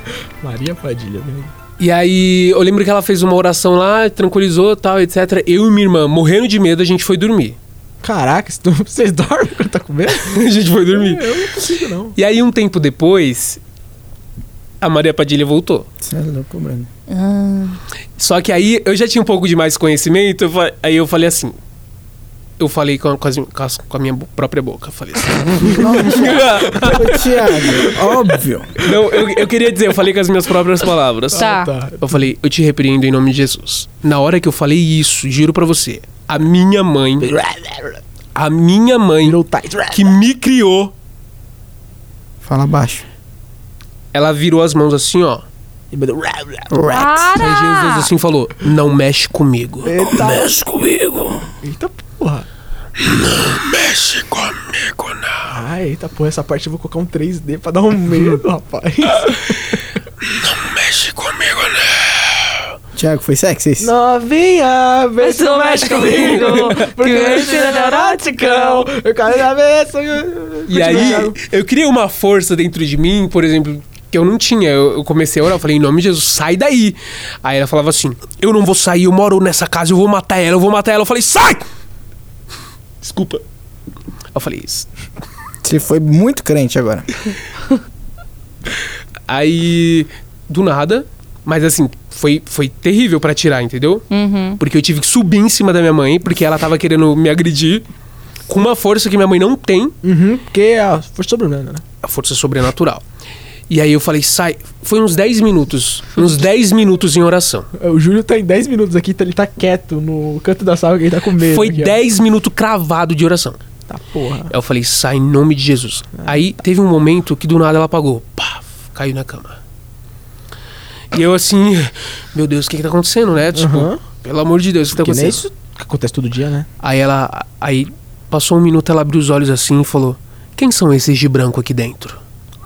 Speaker 1: Maria Padilha. Né?
Speaker 2: E aí, eu lembro que ela fez uma oração lá, tranquilizou tal, etc. Eu e minha irmã, morrendo de medo, a gente foi dormir. *laughs*
Speaker 1: Caraca, *laughs* isso- vocês dormem quando tá comendo?
Speaker 2: a gente foi dormir.
Speaker 1: Eu não consigo, não.
Speaker 2: E aí, um tempo depois, a Maria Padilha voltou.
Speaker 4: Você é louco, Bruno.
Speaker 2: Só que aí eu já tinha um pouco de mais conhecimento, eu fa- aí eu falei assim. Eu falei com a, com as- com as- com a minha bo- própria boca. eu Falei assim.
Speaker 4: Ô, Thiago, óbvio.
Speaker 2: Não, eu, eu queria dizer, eu falei com as minhas próprias palavras.
Speaker 5: tá.
Speaker 2: Eu falei, eu te repreendo em nome de Jesus. Na hora que eu falei isso, juro pra você, a minha mãe. A minha mãe, que me criou,
Speaker 4: Fala baixo.
Speaker 2: ela virou as mãos assim, ó. Aí Jesus
Speaker 5: Para!
Speaker 2: assim falou: Não mexe comigo.
Speaker 1: Eita.
Speaker 5: Tá.
Speaker 2: mexe comigo.
Speaker 1: Eita porra.
Speaker 2: Mexe comigo, não.
Speaker 1: Ai, eita porra, essa parte eu vou colocar um 3D pra dar um medo, *laughs* rapaz.
Speaker 2: Mexe comigo,
Speaker 4: Thiago, foi sexy? isso?
Speaker 1: Novinha, vê
Speaker 5: se não mexe comigo,
Speaker 1: Porque
Speaker 5: que
Speaker 1: eu sou neuróticão. Eu caio na cabeça.
Speaker 2: E aí, eu criei uma força dentro de mim, por exemplo, que eu não tinha. Eu, eu comecei a orar, eu falei, em nome de Jesus, sai daí. Aí ela falava assim: Eu não vou sair, eu moro nessa casa, eu vou matar ela, eu vou matar ela. Eu falei, sai! Desculpa. Eu falei isso.
Speaker 4: Você foi muito crente agora.
Speaker 2: Aí, do nada, mas assim, foi, foi terrível pra tirar, entendeu?
Speaker 5: Uhum.
Speaker 2: Porque eu tive que subir em cima da minha mãe, porque ela tava querendo me agredir com uma força que minha mãe não tem,
Speaker 1: Uhum, porque ah, foi sobrando, né?
Speaker 2: a força sobrenatural. E aí eu falei, sai. Foi uns 10 minutos. Uns 10 minutos em oração.
Speaker 1: O Júlio tem 10 minutos aqui, tá- ele tá quieto no canto da sala que ele tá com medo.
Speaker 2: Foi
Speaker 1: aqui, ó.
Speaker 2: 10 minutos cravado de oração.
Speaker 1: Tá porra.
Speaker 2: Aí eu falei, sai em nome de Jesus. Aí teve um momento que do nada ela apagou. Pá, caiu na cama. E eu assim, meu Deus, o que que tá acontecendo, né? Tipo,
Speaker 1: Aham.
Speaker 2: pelo amor de Deus, o que tá
Speaker 1: Que nem
Speaker 2: acontecendo?
Speaker 1: isso que acontece todo dia, né?
Speaker 2: Aí ela. Aí passou um minuto, ela abriu os olhos assim e falou: Quem são esses de branco aqui dentro?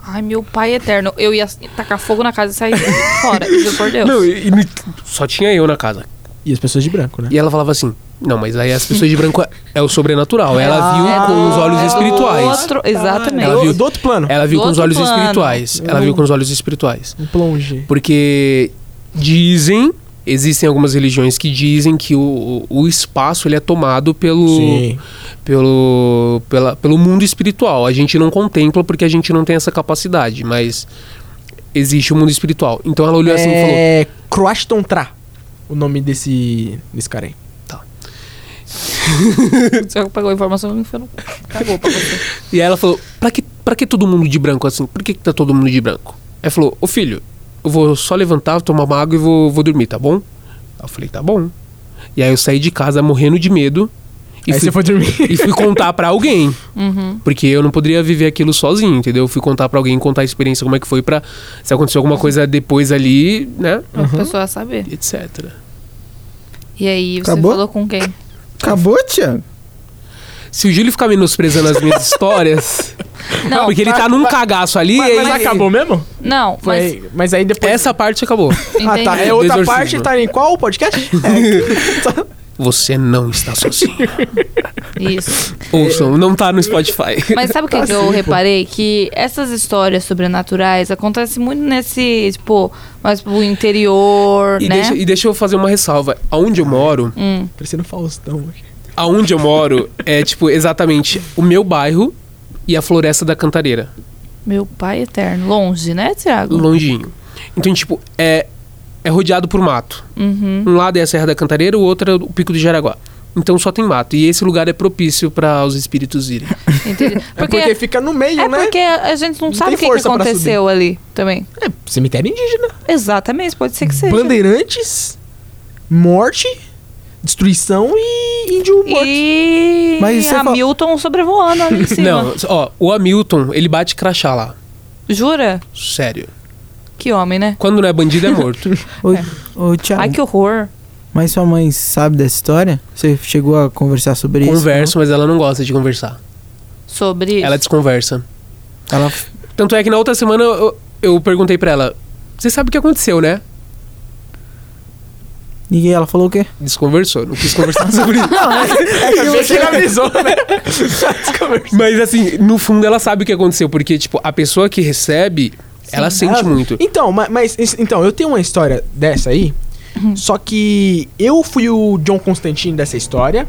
Speaker 5: Ai, meu pai eterno. Eu ia tacar fogo na casa e sair fora, juro por Deus.
Speaker 2: Não, e- e me- só tinha eu na casa.
Speaker 1: E as pessoas de branco, né?
Speaker 2: E ela falava assim: Não, mas aí as pessoas de branco é- é o
Speaker 5: *laughs*
Speaker 2: sobrenatural. Ela viu com os olhos
Speaker 5: É do
Speaker 2: espirituais.
Speaker 5: Outro, exatamente.
Speaker 2: Ah, Ela
Speaker 1: Do-
Speaker 2: viu-
Speaker 1: do outro plano.
Speaker 2: Ela viu
Speaker 5: Do
Speaker 2: com os
Speaker 5: outro
Speaker 2: olhos
Speaker 5: plano. Hum.
Speaker 2: espirituais. Ela
Speaker 1: Eu-
Speaker 2: viu com os olhos espirituais.
Speaker 1: Um plonge.
Speaker 2: Porque dizem, existem algumas religiões que dizem que o, o espaço ele é tomado pelo,
Speaker 1: Sim.
Speaker 2: pelo, pela, pelo mundo espiritual. A gente não contempla porque a gente não tem essa capacidade, mas existe o mundo espiritual. Então ela olhou assim e falou:
Speaker 1: É Croaston Tra, o nome desse, desse cara aí.
Speaker 5: O Thiago pegou a informação e enfiou no- Cagou pra você.
Speaker 2: E aí ela falou: pra que, pra que todo mundo de branco assim? Por que, que tá todo mundo de branco? Aí falou: Ô filho, eu vou só levantar, tomar uma água e vou, vou dormir, tá bom? Aí eu falei: Tá bom. E aí eu saí de casa morrendo de medo. E
Speaker 1: aí
Speaker 2: fui,
Speaker 1: você foi dormir.
Speaker 2: *laughs* e fui contar pra alguém.
Speaker 5: Uhum.
Speaker 2: Porque eu não poderia viver aquilo sozinho, entendeu? Eu fui contar pra alguém, contar a experiência, como é que foi, pra se aconteceu alguma coisa depois ali, né?
Speaker 5: Pra pessoa saber.
Speaker 2: Etc.
Speaker 5: E aí, você
Speaker 4: Acabou?
Speaker 5: falou com quem?
Speaker 4: Acabou, Thiago?
Speaker 2: Se o Júlio ficar menosprezando as
Speaker 1: *laughs*
Speaker 2: minhas histórias.
Speaker 5: Não,
Speaker 2: porque ele tá num cagaço ali. e
Speaker 1: Mas
Speaker 2: aí-
Speaker 1: acabou mesmo?
Speaker 5: Não, mas.
Speaker 1: Mas, mas aí depois.
Speaker 2: Essa parte acabou.
Speaker 1: Ah, tá.
Speaker 5: entendi.
Speaker 1: É outra
Speaker 2: Exorcismo.
Speaker 1: parte, tá em qual podcast? *laughs* É,
Speaker 2: Você não está sozinho.
Speaker 5: Isso.
Speaker 2: Ouçam, não tá no Spotify.
Speaker 5: *laughs* Mas sabe o que, que eu reparei? Que essas histórias sobrenaturais acontecem muito nesse, tipo, mais pro interior,
Speaker 2: E,
Speaker 5: né?
Speaker 2: deixa, e deixa eu fazer uma ressalva. Aonde eu moro,
Speaker 5: Hum.
Speaker 1: Parecendo Faustão aqui.
Speaker 2: aonde eu moro é tipo exatamente o meu bairro e a floresta da Cantareira.
Speaker 5: Meu pai eterno. Longe, né, Thiago?
Speaker 2: longinho. Então, tipo, é, é rodeado por mato.
Speaker 5: Uhum.
Speaker 2: Um lado é a Serra da Cantareira, o outro é o Pico do Jaraguá. Então só tem mato. E esse lugar é propício para os espíritos irem.
Speaker 5: Entendi.
Speaker 1: É Porque,
Speaker 5: Porque,
Speaker 1: porque fica no meio,
Speaker 5: é
Speaker 1: né?
Speaker 5: porque a gente não,
Speaker 1: tem
Speaker 5: sabe o que, que
Speaker 1: força pra
Speaker 5: aconteceu ali também.
Speaker 1: É, cemitério indígena.
Speaker 5: Exatamente, pode ser que seja.
Speaker 1: É. Bandeirantes, morte, destruição e índio morto.
Speaker 5: E
Speaker 4: Mas você fala-
Speaker 5: Hamilton sobrevoando
Speaker 2: *laughs*
Speaker 5: ali em cima.
Speaker 2: Não, ó, o Hamilton, ele bate crachá lá.
Speaker 5: Jura?
Speaker 2: Sério.
Speaker 5: Que homem, né?
Speaker 2: Quando não é bandido, é morto.
Speaker 4: Ô, ô Thiago,
Speaker 5: Ai, que horror.
Speaker 4: mas sua mãe sabe dessa história? Você chegou a conversar sobre isso?
Speaker 2: Converso, mas ela não gosta de conversar.
Speaker 5: Sobre né? isso.
Speaker 2: Ela desconversa.
Speaker 4: não? Ela
Speaker 2: Tanto é que na outra semana eu, eu perguntei pra ela: Você sabe o que aconteceu, né?
Speaker 4: E ela falou o quê?
Speaker 2: Desconversou, não quis conversar *laughs* sobre isso. *laughs*
Speaker 1: Acabei é que ele avisou, *laughs* né?
Speaker 2: Mas assim, no fundo ela sabe o que aconteceu, porque, tipo, a pessoa que recebe, ela sente
Speaker 1: Ah,
Speaker 2: muito.
Speaker 1: Então, ma- mas, es- então, eu tenho uma história dessa aí. Só que eu fui o John Constantine dessa história.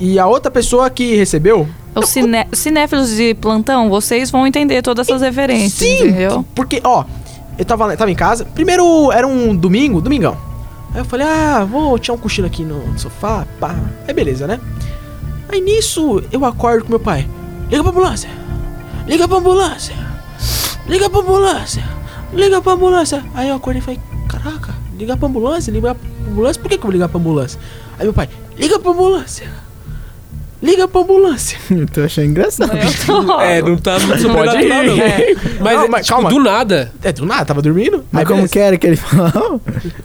Speaker 1: E a outra pessoa que recebeu.
Speaker 5: Os ciné... cinéfilos de plantão, vocês vão entender todas essas referências, entendeu?
Speaker 1: Porque, ó, eu tava, lá- tava em casa. Primeiro era um domingo, domingão. Aí eu falei, ah, vou tirar um cochilo aqui no sofá, pá. Aí beleza, né? Aí nisso eu acordo com meu pai. Liga pra ambulância! Liga pra ambulância! Liga pra ambulância! Liga pra ambulância! Aí eu acordei e falei, caraca, ligar pra ambulância? Ligar pra ambulância? Por que, que eu vou ligar pra ambulância? Aí meu pai, liga pra ambulância! Liga pra ambulância!
Speaker 4: *laughs* Eu tô achando engraçado.
Speaker 5: Eu tô-
Speaker 2: É, não tá não pode
Speaker 1: ir.
Speaker 2: não.
Speaker 1: É.
Speaker 2: Mas,
Speaker 1: Não, mas
Speaker 2: tipo,
Speaker 1: calma.
Speaker 2: do nada.
Speaker 1: É, do nada, tava dormindo.
Speaker 4: Mas
Speaker 1: Aí
Speaker 4: como
Speaker 1: beleza.
Speaker 4: que era que ele falava?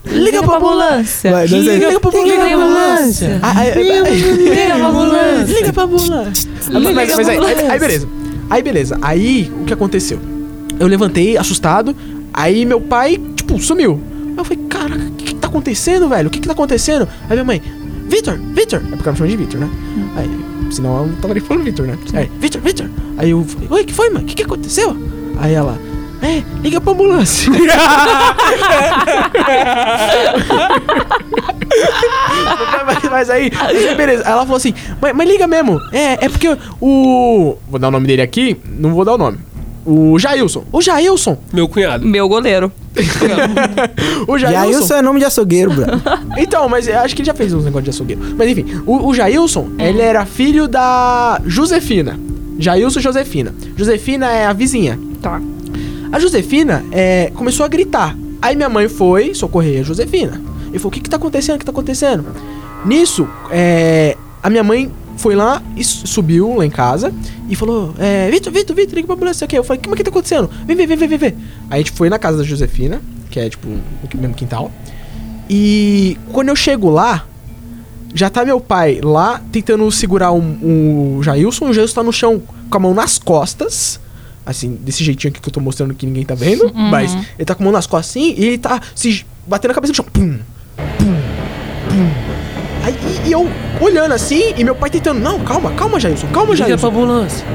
Speaker 1: Liga pra ambulância!
Speaker 4: Vai, dança aí.
Speaker 1: Liga pra
Speaker 5: Liga pra
Speaker 1: ambulância!
Speaker 5: ambulância.
Speaker 1: Ah, aí-
Speaker 5: Liga pra ambulância.
Speaker 1: Liga pra ambulância! Mas, mas- mas aí, aí- aí beleza. Aí beleza. Aí o que aconteceu? Eu levantei, assustado. Aí meu pai, tipo, sumiu. Aí eu falei, caraca, o que, que tá acontecendo, velho? O que, que tá acontecendo? Aí minha mãe, Vitor, Vitor! É porque ela me chama de Vitor, né? Aí, senão eu não tava nem falando Vitor, né? Aí, Vitor, Vitor! Aí eu falei, oi, que foi, mãe? O que, que aconteceu? Aí ela, é, liga pra *laughs* ambulância. mas, mas aí, mas aí, beleza. Aí Ela falou assim, mas, mas liga mesmo. É, é porque o. Vou dar o nome dele aqui, não vou dar o nome. O Jailson. O Jailson.
Speaker 2: Meu cunhado.
Speaker 5: Meu goleiro.
Speaker 1: O
Speaker 4: E aí o
Speaker 1: Jailson.
Speaker 4: seu é nome de açougueiro, *laughs* bro.
Speaker 1: Então, mas eu acho que ele já fez uns negócios de açougueiro. Mas enfim, o, o Jailson, ele era filho da Josefina. Jailson e Josefina. Josefina é a vizinha.
Speaker 5: Tá.
Speaker 1: A Josefina é, começou a gritar. Aí minha mãe foi socorrer a Josefina. E falou: O que que tá acontecendo? O que tá acontecendo? Nisso, é, a minha mãe foi lá e su- subiu lá em casa e falou: é, Vitor, Vitor, Vitor, liga pra ambulância aqui. Eu falei: Mas o que tá acontecendo? Vem, vem, vem, vem, vem, vem. Aí a gente foi na casa da Josefina, que é tipo o mesmo quintal. E quando eu chego lá, já tá meu pai lá tentando segurar o um, um Jailson. O Jailson tá no chão com a mão nas costas. Assim, desse jeitinho aqui que eu tô mostrando que ninguém tá vendo. Mas ele tá com a mão nas costas assim e ele tá se batendo a cabeça no chão. Pum, pum, pum. Aí, e, e eu olhando assim e meu pai tentando. Não, calma, calma, Jailson, calma,
Speaker 2: Liga pra
Speaker 1: Jailson.
Speaker 2: ambulância.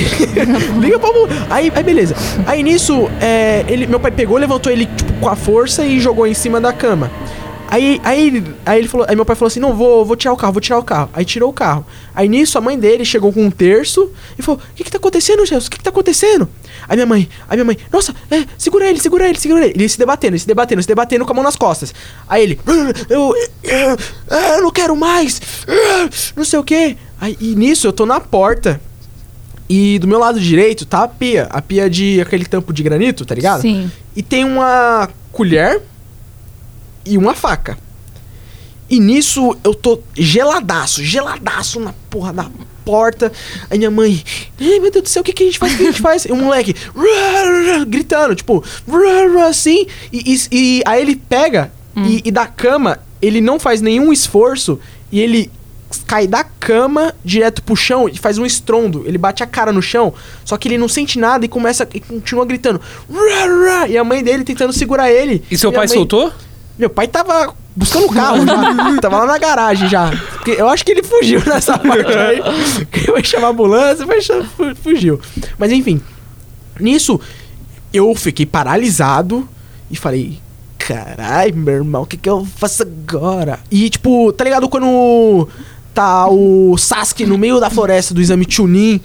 Speaker 1: *laughs* Liga pra ambu- aí, aí beleza. Aí nisso, é, ele, meu pai pegou, levantou ele tipo, com a força e jogou em cima da cama. Aí, aí, ele- aí ele falou, aí meu pai falou assim: "Não vou, vou tirar o carro, vou tirar o carro". Aí tirou o carro. Aí nisso a mãe dele chegou com um terço e falou: "O que que tá acontecendo, Jesus? O que que tá acontecendo?". Aí minha mãe, aí minha mãe: "Nossa, é, segura ele, segura ele, segura ele". Ele se debatendo, ele se debatendo, se debatendo com a mão nas costas. Aí ele: "Ah, "Eu, eu, eu não quero mais". ah, Não sei o quê. Aí e nisso eu tô na porta. E do meu lado direito tá a pia. A pia de aquele tampo de granito, tá ligado?
Speaker 5: Sim.
Speaker 1: E tem uma colher e uma faca. E nisso eu tô geladaço, geladaço na porra da porta. Aí minha mãe, "Ai, meu Deus do céu, o que, que a gente faz? O que a gente faz? E o moleque *laughs* "Ruah, ruah", gritando, tipo, "Ruah, ruah", assim. E, e- e aí ele pega
Speaker 2: Hum.
Speaker 1: e, e da cama, ele não faz nenhum esforço e ele cai da cama direto pro chão e faz um estrondo. Ele bate a cara no chão, só que ele não sente nada e começa e continua gritando. *laughs* "Ruah, ruah", E a mãe dele tentando segurar ele.
Speaker 2: E seu
Speaker 1: Minha
Speaker 2: pai
Speaker 1: mãe-
Speaker 2: soltou?
Speaker 1: meu pai tava buscando o carro já. tava lá na garagem já. Porque eu acho que ele fugiu *laughs* nessa parte aí. Que vai chamar a ambulância, vai chamar, fu- fugiu. Mas enfim, nisso eu fiquei paralisado e falei. Carai, meu irmão, o que, que eu faço agora? E tipo, tá ligado quando tá o Sasuke no meio da floresta do exame Chunin,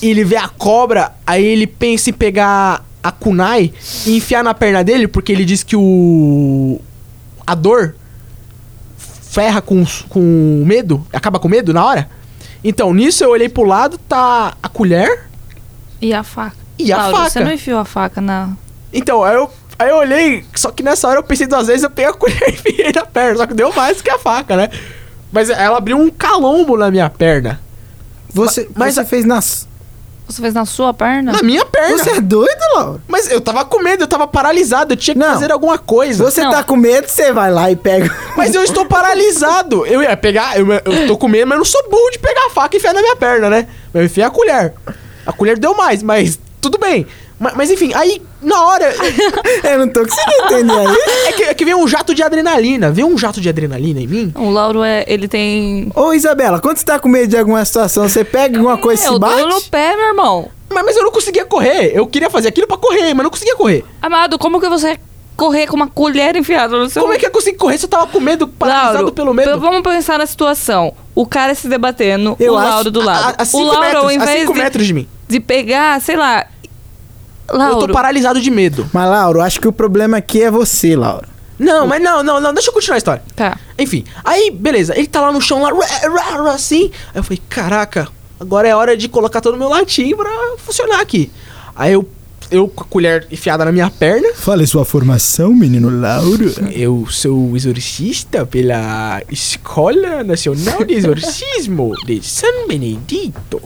Speaker 1: e ele vê a cobra, aí ele pensa em pegar a kunai e enfiar na perna dele, porque ele diz que o a dor ferra com, os- com o medo, acaba com o medo na hora. Então, nisso eu olhei pro lado, tá a colher.
Speaker 5: E a faca.
Speaker 1: E a
Speaker 5: Lauro,
Speaker 1: faca?
Speaker 5: Você não enfiou a faca na.
Speaker 1: Então, aí eu, aí eu olhei, só que nessa hora eu pensei duas vezes, eu peguei a *laughs* colher e enfiei na perna. Só que deu mais que a faca, né? Mas ela abriu um calombo na minha perna.
Speaker 4: Você,
Speaker 1: Mas-
Speaker 4: você fez nas.
Speaker 5: Você fez na sua perna?
Speaker 1: Na minha perna!
Speaker 4: Você é doido, Laura?
Speaker 1: Mas eu tava com medo, eu tava paralisado, eu tinha que
Speaker 4: Não.
Speaker 1: fazer alguma coisa.
Speaker 4: Você
Speaker 5: Não.
Speaker 4: tá com medo, você vai lá e *laughs* pega.
Speaker 1: Mas eu estou paralisado. Eu ia pegar, eu, eu tô com medo, mas eu não sou burro de pegar a faca e enfiar na minha perna, né? Eu enfiei a colher. A colher deu mais, mas tudo bem. Ma- Mas, enfim, aí na
Speaker 5: *laughs*
Speaker 1: hora.
Speaker 4: eu não tô conseguindo entender aí.
Speaker 1: É que, é que veio um jato de adrenalina. Veio um jato de adrenalina em mim.
Speaker 5: O Lauro, é, ele tem.
Speaker 4: Ô, Isabela, quando você tá com medo de alguma situação, você pega alguma coisa
Speaker 5: é,
Speaker 4: e se
Speaker 5: o
Speaker 4: bate?
Speaker 5: dedo no pé, meu irmão.
Speaker 1: Mas, mas eu não conseguia correr. Eu queria fazer aquilo pra correr, mas não conseguia correr.
Speaker 5: Amado, como que você correr com uma colher enfiada no seu
Speaker 1: Como é que eu consegui correr se eu tava com medo, paralisado
Speaker 5: Lauro,
Speaker 1: pelo medo?
Speaker 5: p- Vamos pensar na situação. O cara se debatendo,
Speaker 4: Eu
Speaker 5: o
Speaker 4: acho-
Speaker 5: Lauro do
Speaker 1: A-
Speaker 5: lado.
Speaker 1: a, a cinco
Speaker 5: o Lauro,
Speaker 1: metros,
Speaker 5: ao
Speaker 1: a
Speaker 5: invés
Speaker 1: cinco
Speaker 5: de,
Speaker 1: metros de mim.
Speaker 5: de pegar, sei lá.
Speaker 1: Eu tô
Speaker 5: Lauro,
Speaker 1: paralisado de medo.
Speaker 4: Mas, Lauro, acho que o problema aqui é você, Lauro.
Speaker 1: Não, mas não, não, não. Deixa eu continuar a história.
Speaker 5: tá.
Speaker 1: Enfim, aí, beleza, ele tá lá no chão, lá, rá, rá, rá, assim. Aí eu falei, caraca, agora é hora de colocar todo o meu latim pra funcionar aqui. Aí eu, eu com a colher enfiada na minha perna,
Speaker 4: Fale sua formação, menino Lauro.
Speaker 1: eu sou exorcista pela Escola Nacional de Exorcismo de San Benedito.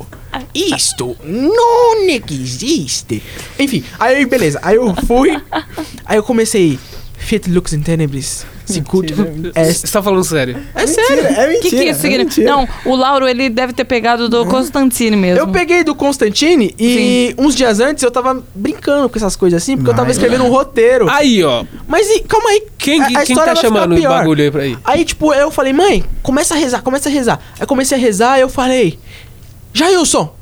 Speaker 1: Isto não existe. Enfim, aí beleza. Aí eu fui. Aí eu comecei. Fit lux in tenebris. Sicut est.
Speaker 2: Você tá falando sério.
Speaker 1: É sério.
Speaker 4: É
Speaker 5: O que, que isso significa? Não, o Lauro, ele deve ter pegado do Constantine mesmo.
Speaker 1: Uhum. Eu peguei do Constantine e uns dias antes eu tava brincando com essas coisas assim, porque eu tava escrevendo um roteiro.
Speaker 2: Aí, ó.
Speaker 1: Mas e- calma aí,
Speaker 2: Ah. Quem, quem tá
Speaker 1: É, vai ficar
Speaker 2: chamando o
Speaker 1: pior.
Speaker 2: bagulho aí pra aí?
Speaker 1: Aí, tipo, eu falei, mãe, começa a rezar, começa a rezar. Aí eu comecei a rezar e eu falei, Jailson,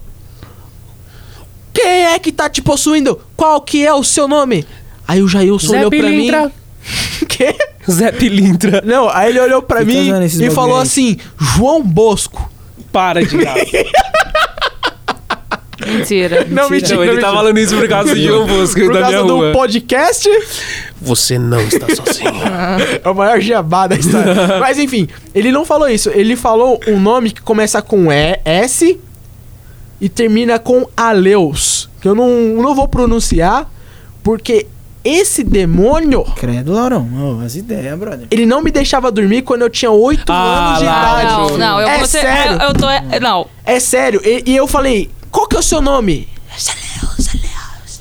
Speaker 1: quem é que tá te possuindo? Qual que é o seu nome? Aí o Jailson olhou pra mim. *laughs* Quê?
Speaker 2: Zé Pilintra.
Speaker 1: Não, aí ele olhou pra
Speaker 4: Fica
Speaker 1: mim
Speaker 4: usando esses
Speaker 1: e
Speaker 4: bagulho
Speaker 1: falou
Speaker 4: aí.
Speaker 1: assim, João Bosco. *laughs*
Speaker 2: Para de graça.
Speaker 5: Mentira.
Speaker 1: Não, mentira,
Speaker 2: Não, ele tá falando isso por causa de João Bosco
Speaker 1: Por
Speaker 2: da minha
Speaker 1: causa do
Speaker 2: rua.
Speaker 1: podcast.
Speaker 2: Você não
Speaker 1: *laughs*
Speaker 2: está sozinho.
Speaker 1: É o maior jabá da
Speaker 2: *laughs*
Speaker 1: história. Mas enfim, ele não falou isso. Ele falou um nome que começa com e, S e termina com Aleus. Que eu não, não vou pronunciar, Porque esse demônio,
Speaker 4: Credo, Laurão. Ô, as ideias, brother.
Speaker 1: ele não me deixava dormir quando eu tinha 8
Speaker 2: Ah,
Speaker 1: anos de
Speaker 2: lá,
Speaker 1: idade.
Speaker 2: Bruno.
Speaker 5: Não, não, eu
Speaker 1: É
Speaker 5: vou ser-
Speaker 1: sério?
Speaker 5: Eu, eu tô. é, Não.
Speaker 1: É sério. E, e eu falei, qual que é o seu nome?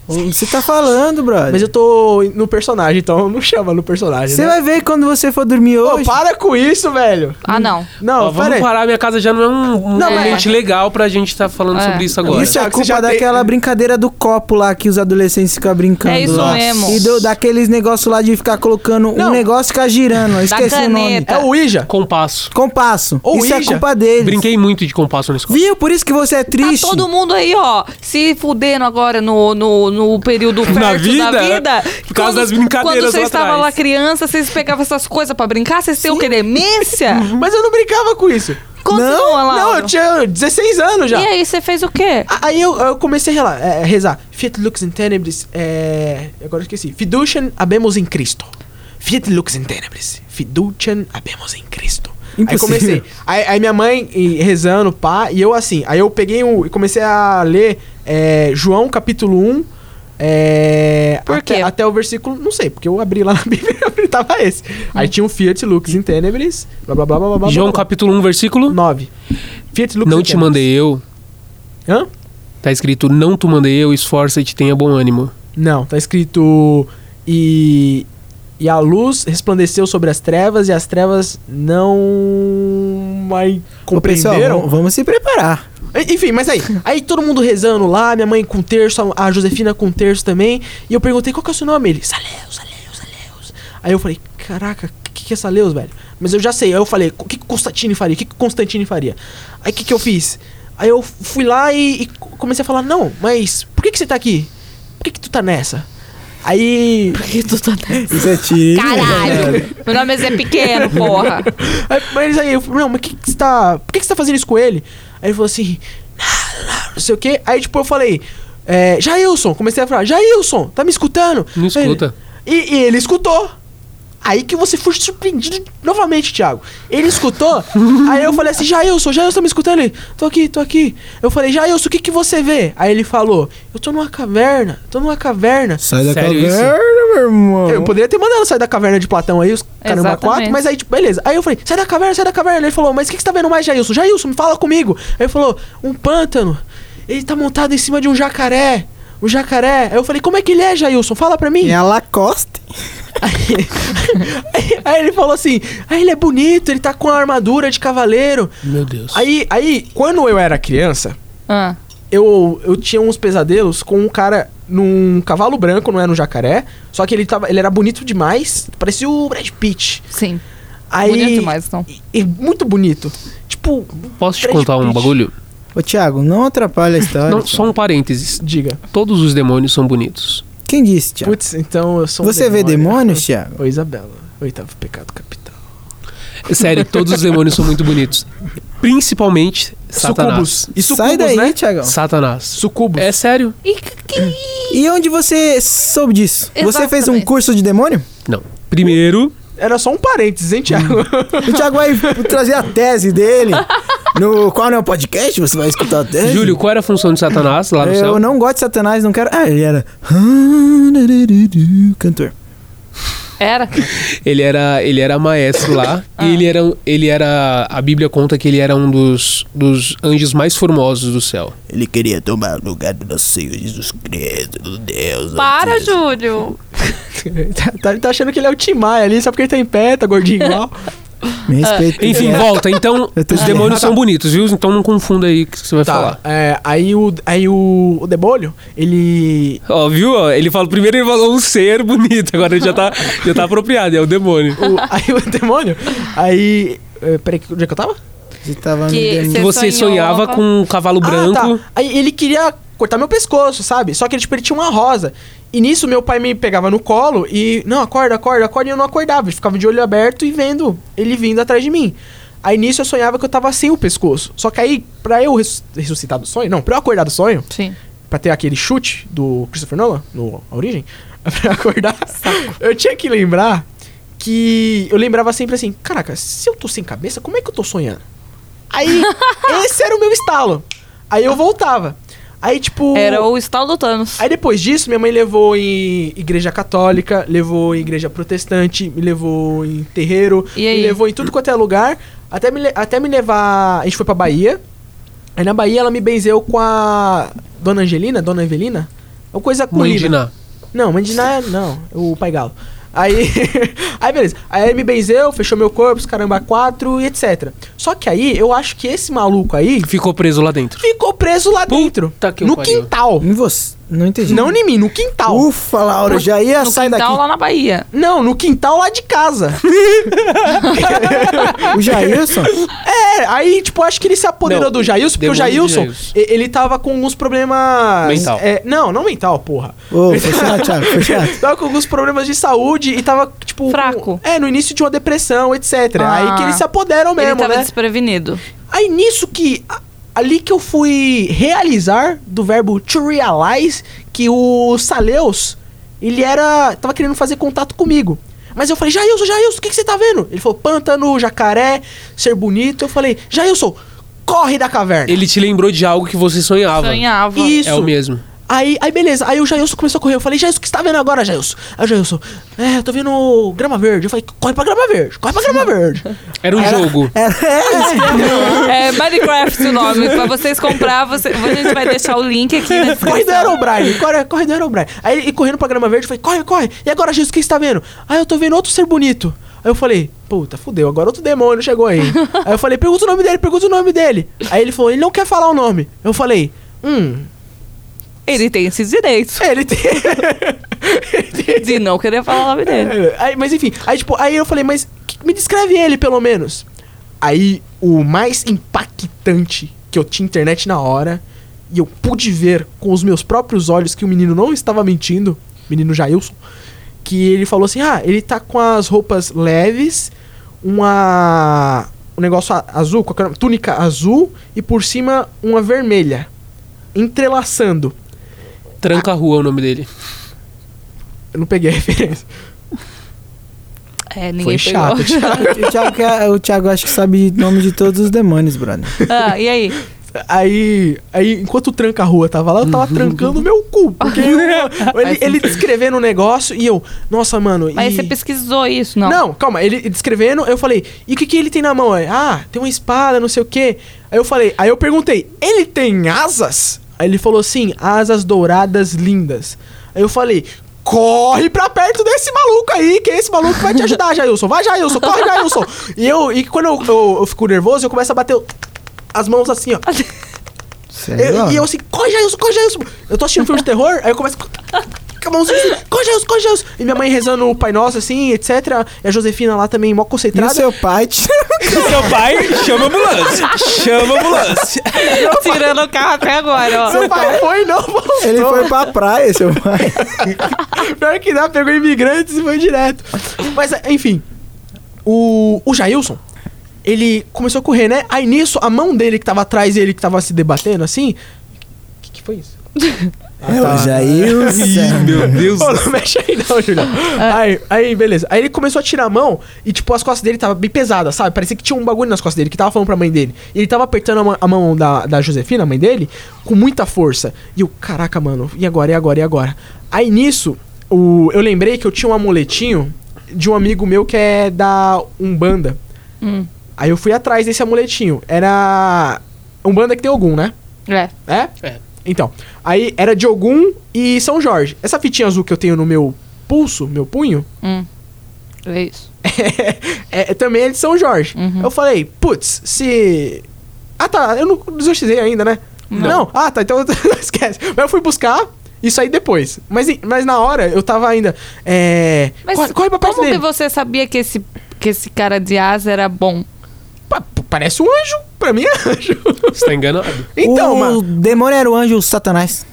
Speaker 4: Ô, Você tá falando, brother.
Speaker 1: Mas eu tô no personagem, então não chama no personagem.
Speaker 4: Você
Speaker 1: né?
Speaker 4: vai ver quando você for dormir
Speaker 1: Pô,
Speaker 4: hoje.
Speaker 1: para com isso, velho.
Speaker 5: Ah, não.
Speaker 1: Não,
Speaker 2: Ó,
Speaker 1: pera
Speaker 2: vamos
Speaker 1: aí.
Speaker 2: parar, minha casa já não é um, um
Speaker 5: Não, mas-
Speaker 2: ambiente legal pra gente estar falando
Speaker 5: É.
Speaker 2: sobre isso agora.
Speaker 4: Isso é
Speaker 1: Sabe que
Speaker 4: culpa
Speaker 1: você já tem-
Speaker 4: daquela brincadeira do copo lá que os adolescentes ficam brincando.
Speaker 5: É isso
Speaker 4: lá.
Speaker 5: mesmo.
Speaker 4: E do, daqueles negócios lá de ficar colocando
Speaker 1: Não.
Speaker 4: um negócio e ficar girando. Eu esqueci o nome.
Speaker 5: caneta.
Speaker 1: É o Ouija.
Speaker 2: Compasso.
Speaker 4: Compasso.
Speaker 1: Ou
Speaker 4: isso é
Speaker 1: Ouija.
Speaker 4: culpa deles.
Speaker 2: Brinquei muito de compasso na escola.
Speaker 4: Viu? Por isso que você é
Speaker 5: Tá
Speaker 4: triste.
Speaker 5: todo mundo aí, ó, se fudendo agora no, no, no período fértil da
Speaker 2: vida?
Speaker 5: vida.
Speaker 2: Por causa das brincadeiras
Speaker 5: Quando vocês
Speaker 2: lá
Speaker 5: estavam
Speaker 2: atrás.
Speaker 5: lá criança, vocês pegavam essas coisas pra brincar? Vocês tinham que demência?
Speaker 1: Mas eu não brincava com isso.
Speaker 5: Continua lá.
Speaker 1: Não, eu tinha 16 anos já.
Speaker 5: E aí, você fez o quê?
Speaker 1: A- Aí eu, eu comecei a relar, é, rezar. Fiat lux in tenebris. É, agora eu esqueci. Fiducian abemus in Cristo. Fiat lux in tenebris. Fiducian abemus in Cristo. Aí
Speaker 4: Impossível.
Speaker 1: comecei. Aí, aí minha mãe e, rezando, pá, e eu assim. Aí eu peguei um. e comecei a ler é, João capítulo 1. É,
Speaker 5: Por
Speaker 1: até,
Speaker 5: quê?
Speaker 1: até o versículo, não sei, porque eu abri lá na *laughs* Bíblia e tava esse. Aí tinha um Fiat Lux in Tenebris, blá blá blá blá blá, blá.
Speaker 2: João
Speaker 1: blá,
Speaker 2: capítulo 1, versículo.
Speaker 1: 9. Fiat Lux
Speaker 2: Não
Speaker 1: in
Speaker 2: te
Speaker 1: Tenebris.
Speaker 2: mandei eu.
Speaker 1: Hã?
Speaker 2: Tá escrito, não te mandei eu, esforça-te, tenha bom ânimo.
Speaker 1: Não, tá escrito e e a luz resplandeceu sobre as trevas e as trevas não ai,
Speaker 4: Ô, pessoal,
Speaker 1: compreenderam.
Speaker 4: vamos- vamos se preparar.
Speaker 1: E- Enfim,
Speaker 5: *laughs*
Speaker 1: mas aí, aí todo mundo rezando lá, minha mãe com terço, a a Josefina com terço também, e eu perguntei qual que é o seu nome, ele, Saleus, Saleus, Saleus. Aí eu falei, caraca, o que, que é Saleus, velho? Mas eu já sei, aí eu falei, o que que Constantino faria? O que que Constantino faria? Aí o que que eu fiz? Aí eu fui lá e, e comecei a falar, não, mas por que que você tá aqui? Por que que tu tá nessa? Aí
Speaker 5: Que tu tá
Speaker 4: Isso é tiro.
Speaker 5: Caralho! *laughs* Meu nome é Zé Pequeno, porra.
Speaker 1: Aí, mas aí eu falei, não, mas que que você tá. Por que que você tá fazendo isso com ele? Aí ele falou assim, "Não, não, não sei o quê. Aí tipo eu falei, é, Jailson, comecei a falar, Jailson, tá me escutando?
Speaker 2: Não
Speaker 1: Aí ele-
Speaker 2: escuta.
Speaker 1: e, e ele escutou. Aí que você foi surpreendido novamente, Thiago. Ele
Speaker 2: *laughs*
Speaker 1: escutou, aí eu falei assim, Jailson, Jailson, tá me escutando? Ele, tô aqui, tô aqui. Eu falei, Jailson, o que que você vê? Aí ele falou, eu tô numa caverna, tô numa caverna.
Speaker 4: Sai da
Speaker 2: Sério isso?
Speaker 4: caverna, meu irmão.
Speaker 1: É Eu poderia ter mandado sair da caverna de Platão aí, os caramba
Speaker 5: Exatamente.
Speaker 1: quatro, mas aí, tipo, beleza. Aí eu falei, sai da caverna, sai da caverna. Ele falou, mas o que, que você tá vendo mais, Jailson? Jailson, me fala comigo. Aí ele falou, um pântano. Ele tá montado em cima de um jacaré. Um jacaré. Aí eu falei, como é que ele é, Jailson? Fala pra mim.
Speaker 4: É a Lacoste.
Speaker 1: *laughs* aí, aí ele falou assim, aí ele é bonito, ele tá com a armadura de cavaleiro.
Speaker 2: Meu Deus.
Speaker 1: Aí, aí, quando eu era criança,
Speaker 5: Ah,
Speaker 1: eu, eu tinha uns pesadelos com um cara num cavalo branco, não era um jacaré. Só que ele, tava, ele era bonito demais, parecia o Brad Pitt.
Speaker 5: sim.
Speaker 1: Aí,
Speaker 5: Bonito demais, então.
Speaker 1: E, e muito bonito. Tipo,
Speaker 2: Posso te
Speaker 1: Brad
Speaker 2: contar um
Speaker 1: Pitt.
Speaker 2: bagulho?
Speaker 4: Ô, Thiago, não atrapalha a história.
Speaker 2: Não, só um parênteses.
Speaker 1: diga.
Speaker 2: Todos os demônios são bonitos.
Speaker 4: Quem disse, Thiago?
Speaker 1: Putz, então eu sou um
Speaker 4: Você vê
Speaker 2: né?
Speaker 4: demônios, Thiago?
Speaker 1: Ô, Isabela. Oitavo pecado capital.
Speaker 2: Sério, todos os demônios são muito bonitos. Principalmente Satanás.
Speaker 1: Sucubus. E sucubus,
Speaker 4: Sai daí,
Speaker 1: né?
Speaker 4: Thiagão.
Speaker 2: Satanás.
Speaker 1: Sucubus.
Speaker 2: É sério?
Speaker 5: E que- que-
Speaker 4: E onde você soube disso? Você fez um
Speaker 5: Exatamente.
Speaker 4: curso de demônio?
Speaker 2: Não. Primeiro,
Speaker 1: Era só um parênteses, hein, Thiago?
Speaker 4: O
Speaker 2: *laughs*
Speaker 4: Thiago vai trazer a tese dele. No qual não é o podcast? Você vai escutar a tese?
Speaker 2: Júlio, qual era a função de Satanás lá no
Speaker 4: É, eu
Speaker 2: céu?
Speaker 4: não gosto de Satanás, não quero. Ah, ele era. Cantor.
Speaker 5: Era?
Speaker 2: Ele era, ele era maestro lá.
Speaker 5: Ah.
Speaker 2: E ele era, um- ele era. A Bíblia conta que ele era um dos, dos anjos mais formosos do céu.
Speaker 4: Ele queria tomar o lugar do nosso Senhor Jesus Cristo, do Deus.
Speaker 5: Para, Júlio!
Speaker 1: *laughs* tá, tá achando que ele é o Tim Maia ali, só porque ele tá em pé, tá gordinho
Speaker 4: *laughs*
Speaker 1: igual.
Speaker 4: Me respeita.
Speaker 2: Enfim, volta. Então,
Speaker 4: Eu tô
Speaker 2: os
Speaker 4: de-
Speaker 2: demônios são bonitos, viu? Então não confunda aí o que você vai falar.
Speaker 1: é, aí o, aí o, o Debolho, ele...
Speaker 2: Ó, viu? Ó, Ele falou primeiro ele falou um ser bonito, *laughs* agora ele já tá, já tá apropriado, é o demônio.
Speaker 1: o- *laughs* aí o demônio, aí... é, Peraí, onde é que eu tava?
Speaker 4: Você tava
Speaker 5: Que-
Speaker 4: me
Speaker 5: Você
Speaker 4: dando-
Speaker 2: Você
Speaker 5: sonhava-
Speaker 2: sonhava com um cavalo branco.
Speaker 1: tá. Aí ele queria cortar meu pescoço, sabe? Só que ele, tipo, ele tinha uma rosa. E nisso meu pai me pegava no colo e, não, acorda, acorda, acorda, e eu não acordava. Eu ficava de olho aberto e vendo ele vindo atrás de mim. Aí nisso eu sonhava que eu tava sem o pescoço. Só que aí, pra eu res- ressuscitar do sonho, não, pra eu acordar do sonho,
Speaker 5: Sim.
Speaker 1: pra ter aquele chute do Christopher Nolan, no A Origem, *laughs* pra eu acordar, eu tinha que lembrar que eu lembrava sempre assim, caraca, se eu tô sem cabeça,
Speaker 5: *laughs*
Speaker 1: como é que eu tô sonhando? Aí, esse era o meu estalo. Aí eu voltava. Aí, tipo.
Speaker 5: Era o estalo do Thanos.
Speaker 1: Aí depois disso, minha mãe levou em igreja católica, levou em igreja protestante, me levou em terreiro,
Speaker 5: E aí?
Speaker 1: me levou em tudo quanto é lugar, até me, le- até me levar. A gente foi pra Bahia. Aí na Bahia ela me benzeu com a Dona Angelina, Dona Evelina? Uma coisa com
Speaker 2: Mãe de
Speaker 1: Lina.
Speaker 2: Ná.
Speaker 1: Não, mãe de Ná, não, o pai galo. Aí, *laughs* aí beleza. Aí ele me benzeu, fechou meu corpo, os caramba quatro e etc. Só que aí eu acho que esse maluco aí
Speaker 2: Ficou preso lá dentro.
Speaker 1: ficou preso lá
Speaker 2: Puta
Speaker 1: dentro,
Speaker 2: que
Speaker 1: no
Speaker 2: pariu.
Speaker 1: quintal.
Speaker 4: Em você. Não entendi.
Speaker 1: Não em mim, no quintal.
Speaker 4: Ufa, Laura, já ia
Speaker 5: No
Speaker 1: Tá
Speaker 4: sair
Speaker 5: quintal
Speaker 4: daqui.
Speaker 5: Então, lá na Bahia.
Speaker 1: Não, no quintal lá de casa.
Speaker 2: *laughs*
Speaker 4: O Jailson?
Speaker 1: é, aí, tipo, acho que ele se apoderou
Speaker 2: Não,
Speaker 1: do Jailson, porque o
Speaker 2: demônio do
Speaker 1: Jailson,
Speaker 2: Jailson.
Speaker 1: e- ele tava com alguns problemas.
Speaker 2: Mental. É.
Speaker 1: É, não, não mental, porra.
Speaker 4: Ô, foi chato, Thiago, foi chato.
Speaker 1: *laughs* Tava com alguns problemas de saúde e tava, tipo.
Speaker 5: Fraco.
Speaker 1: com- é, no início de uma depressão, etc.
Speaker 5: Ah.
Speaker 1: aí que eles se apoderam
Speaker 5: ele
Speaker 1: mesmo,
Speaker 5: tava
Speaker 1: né?
Speaker 5: desprevenido.
Speaker 1: Aí nisso que. a- Ali que eu fui realizar do verbo to realize que o Saleus, ele era. tava querendo fazer contato comigo. Mas eu falei, Jailson, Jailson, o que, que você tá vendo? Ele falou, pântano, jacaré, ser bonito. Eu falei, Jailson, corre da caverna.
Speaker 2: Ele te lembrou de algo que você
Speaker 1: Tá
Speaker 2: sonhava.
Speaker 5: Sonhava.
Speaker 1: Isso.
Speaker 2: É o mesmo.
Speaker 1: Aí, aí beleza, aí o Jailson começou a correr. Eu falei, Jailson, o que você tá vendo agora, Jailson? Aí o Jailson, é, eu tô vendo grama verde. Eu falei, corre pra grama verde, corre pra
Speaker 2: *laughs*
Speaker 1: grama verde.
Speaker 2: Era um jogo.
Speaker 5: É Minecraft o nome. Pra vocês comprar, você- a gente vai deixar o link aqui
Speaker 1: *laughs*
Speaker 5: né? na
Speaker 1: Corre do
Speaker 5: descrição.
Speaker 1: Aerobrine, corre, corre do Aerobrine. Aí ele correndo pra grama verde, eu falei, corre, corre. E agora, Jesus, o que você tá vendo? Aí eu tô vendo outro ser bonito. Aí eu falei, puta, fudeu, agora outro demônio chegou aí. aí eu falei, pergunta o nome dele, pergunta o nome dele. Aí ele falou, ele não quer falar o nome. Eu falei, hum,
Speaker 5: Ele tem esses direitos
Speaker 1: ele tem. *laughs* ele tem-
Speaker 5: de não querer falar o nome dele.
Speaker 1: É. Aí, mas enfim, aí tipo, aí eu falei, mas que- me descreve ele pelo menos. Aí o mais impactante que eu tinha internet na hora e eu pude ver com os meus próprios olhos que o menino não estava mentindo, menino Jailson, que ele falou assim: "Ah, ele tá com as roupas leves, uma um negócio a- azul, qual que é o nome? túnica azul e por cima uma vermelha, entrelaçando".
Speaker 2: Tranca a rua é o nome dele.
Speaker 1: Eu não peguei a *laughs* referência.
Speaker 5: É, ninguém
Speaker 1: Foi
Speaker 5: pegou. *laughs*
Speaker 1: chato, chato.
Speaker 4: é, O Thiago, quer- o Thiago acho que sabe o nome de todos os demônios, brother.
Speaker 5: Ah, e aí?
Speaker 1: Aí, aí, enquanto o tranca-rua tava lá, eu tava trancando o meu cu. Porque eu- ele, ele descrevendo o negócio e eu, nossa, mano.
Speaker 5: Mas
Speaker 1: e...
Speaker 5: você pesquisou isso, não?
Speaker 1: Não, calma, ele descrevendo, eu falei, e o que, que ele tem na mão? Aí, ah, tem uma espada, não sei o quê. Aí eu falei, aí eu perguntei, ele tem asas? Aí ele falou assim, asas douradas lindas. Aí eu falei, corre pra perto desse maluco aí, que esse maluco vai te ajudar, Jailson. Vai, Jailson, corre, Jailson. E eu, e quando eu, eu- eu fico nervoso, eu começo a bater o- as mãos assim, ó.
Speaker 4: Sério?
Speaker 1: Eu-
Speaker 4: ó.
Speaker 1: e eu assim, corre Jailson, corre Jailson. Eu tô assistindo um filme de terror, aí eu começo com a mãozinha assim, corre Jailson, corre Jailson. E minha mãe rezando o Pai Nosso, assim, etc. E a Josefina lá também, mó
Speaker 4: E o
Speaker 1: concentrada.
Speaker 4: seu
Speaker 1: *laughs*
Speaker 4: pai te...
Speaker 2: Seu pai chama a ambulância. Chama a ambulância.
Speaker 5: Tirando o carro até agora, ó.
Speaker 1: Seu pai foi, não voltou.
Speaker 4: Ele foi pra praia, seu pai.
Speaker 1: Pior que dá, pegou imigrantes e foi direto. Mas, é, enfim. O, o Jailson, ele começou a correr, né? Aí nisso, a mão dele que tava atrás ele que tava se debatendo, assim... O que, que foi isso? Ah,
Speaker 4: É
Speaker 1: tá.
Speaker 4: o Jailson.
Speaker 2: Meu Deus.
Speaker 1: Ô, não mexe aí não, Julião. Aí, aí, beleza. Aí ele começou a tirar a mão e, tipo, as costas dele tava bem pesadas, sabe? Parecia que tinha um bagulho nas costas dele, que tava falando pra mãe dele. E ele tava apertando a, ma- a mão da, da Josefina, a mãe dele, com muita força. E eu, caraca, mano, e agora, e agora, e agora? Aí nisso, o, eu lembrei que eu tinha um amuletinho de um amigo meu que é da Umbanda. Aí eu fui atrás desse amuletinho. Era. Umbanda que tem algum, né?
Speaker 5: É.
Speaker 1: É?
Speaker 2: É.
Speaker 1: Então, aí era de Ogum e São Jorge. Essa fitinha azul que eu tenho no meu pulso, meu punho, *laughs*
Speaker 5: Hum. É isso.
Speaker 1: é, é- também é de São Jorge. Eu falei, putz, se. Ah tá, eu não desortizei ainda, né? Não. Ah tá, então *laughs* esquece. Mas eu fui buscar isso aí depois. Mas, em- mas na hora eu tava ainda. É.
Speaker 5: Mas
Speaker 1: corre, corre pra perto
Speaker 5: como que
Speaker 1: dele.
Speaker 5: você sabia que esse, que esse cara de asa era bom?
Speaker 1: Pa- Parece um anjo. Pra mim é anjo. *laughs*
Speaker 2: Você tá enganado.
Speaker 1: então,
Speaker 4: o
Speaker 1: mano.
Speaker 4: demônio era o anjo Satanás.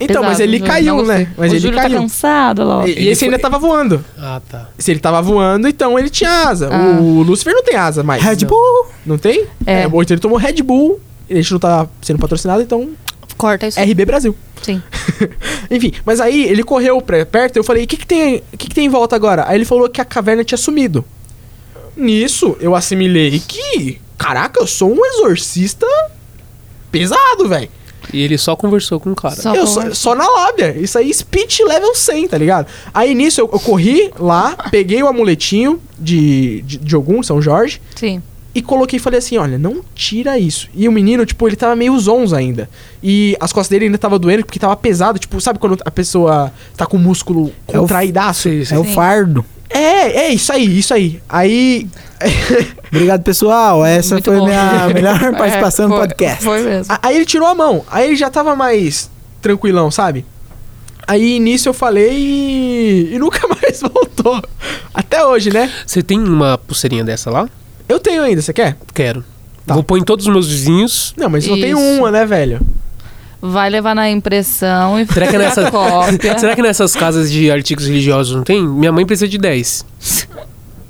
Speaker 1: Então, mas
Speaker 5: Apesar
Speaker 1: ele
Speaker 5: do Júlio
Speaker 1: caiu,
Speaker 5: não gostar.
Speaker 1: né? Mas
Speaker 5: o
Speaker 1: ele
Speaker 5: Júlio
Speaker 1: caiu.
Speaker 5: tá cansado, Laura.
Speaker 1: E, e esse ainda tava voando.
Speaker 2: Ah, tá.
Speaker 1: Se ele tava voando, então ele tinha asa.
Speaker 5: Ah.
Speaker 1: O Lucifer não tem asa mais.
Speaker 4: Red
Speaker 1: Não.
Speaker 4: Bull.
Speaker 1: Não tem?
Speaker 5: É.
Speaker 1: Ou então ele tomou Red Bull. A gente não tá sendo patrocinado, então
Speaker 5: Corta isso.
Speaker 1: RB Brasil. *laughs*
Speaker 5: Sim.
Speaker 1: Enfim, mas aí ele correu pra perto. Eu falei, o que que tem, o que que tem em volta agora? Aí ele falou que a caverna tinha sumido. Nisso, eu assimilei que... Caraca, eu sou um exorcista pesado, velho.
Speaker 2: E ele só conversou com o cara.
Speaker 5: Só
Speaker 1: Eu
Speaker 5: com-
Speaker 1: só, só na lábia. Isso aí, speed level 100, tá ligado? Aí nisso eu, eu corri lá, peguei o amuletinho de, de, de Ogum, São Jorge,
Speaker 5: Sim.
Speaker 1: e coloquei e falei assim: olha, não tira isso. E o menino, tipo, ele tava meio zonzo ainda. E as costas dele ainda tava doendo porque tava pesado. Tipo, sabe quando a pessoa tá com o músculo
Speaker 4: o-
Speaker 1: contraidaço?
Speaker 4: É o fardo.
Speaker 1: É, é isso aí, isso aí. Aí. *laughs*
Speaker 4: Obrigado,
Speaker 1: Então,
Speaker 4: pessoal. Essa
Speaker 5: Muito
Speaker 4: foi
Speaker 5: bom. *laughs*
Speaker 4: minha melhor participação
Speaker 5: É,
Speaker 4: no
Speaker 5: foi-
Speaker 4: podcast.
Speaker 5: Foi mesmo.
Speaker 1: A- Aí ele tirou a mão. Aí ele já tava mais tranquilão, sabe? Aí nisso eu falei e, e nunca *laughs* mais voltou. Até hoje, né?
Speaker 2: Você tem uma pulseirinha dessa lá?
Speaker 1: Eu tenho ainda, você quer?
Speaker 2: Quero.
Speaker 1: Tá.
Speaker 2: Vou pôr em todos os meus vizinhos.
Speaker 1: Não, mas só tem
Speaker 5: Isso.
Speaker 1: uma, né, velho?
Speaker 5: Vai levar na impressão e
Speaker 2: Será que, é
Speaker 5: fica
Speaker 2: nessa-
Speaker 1: *laughs*
Speaker 5: a cópia.
Speaker 2: Será que nessas casas de artigos religiosos não tem? Minha mãe precisa de 10.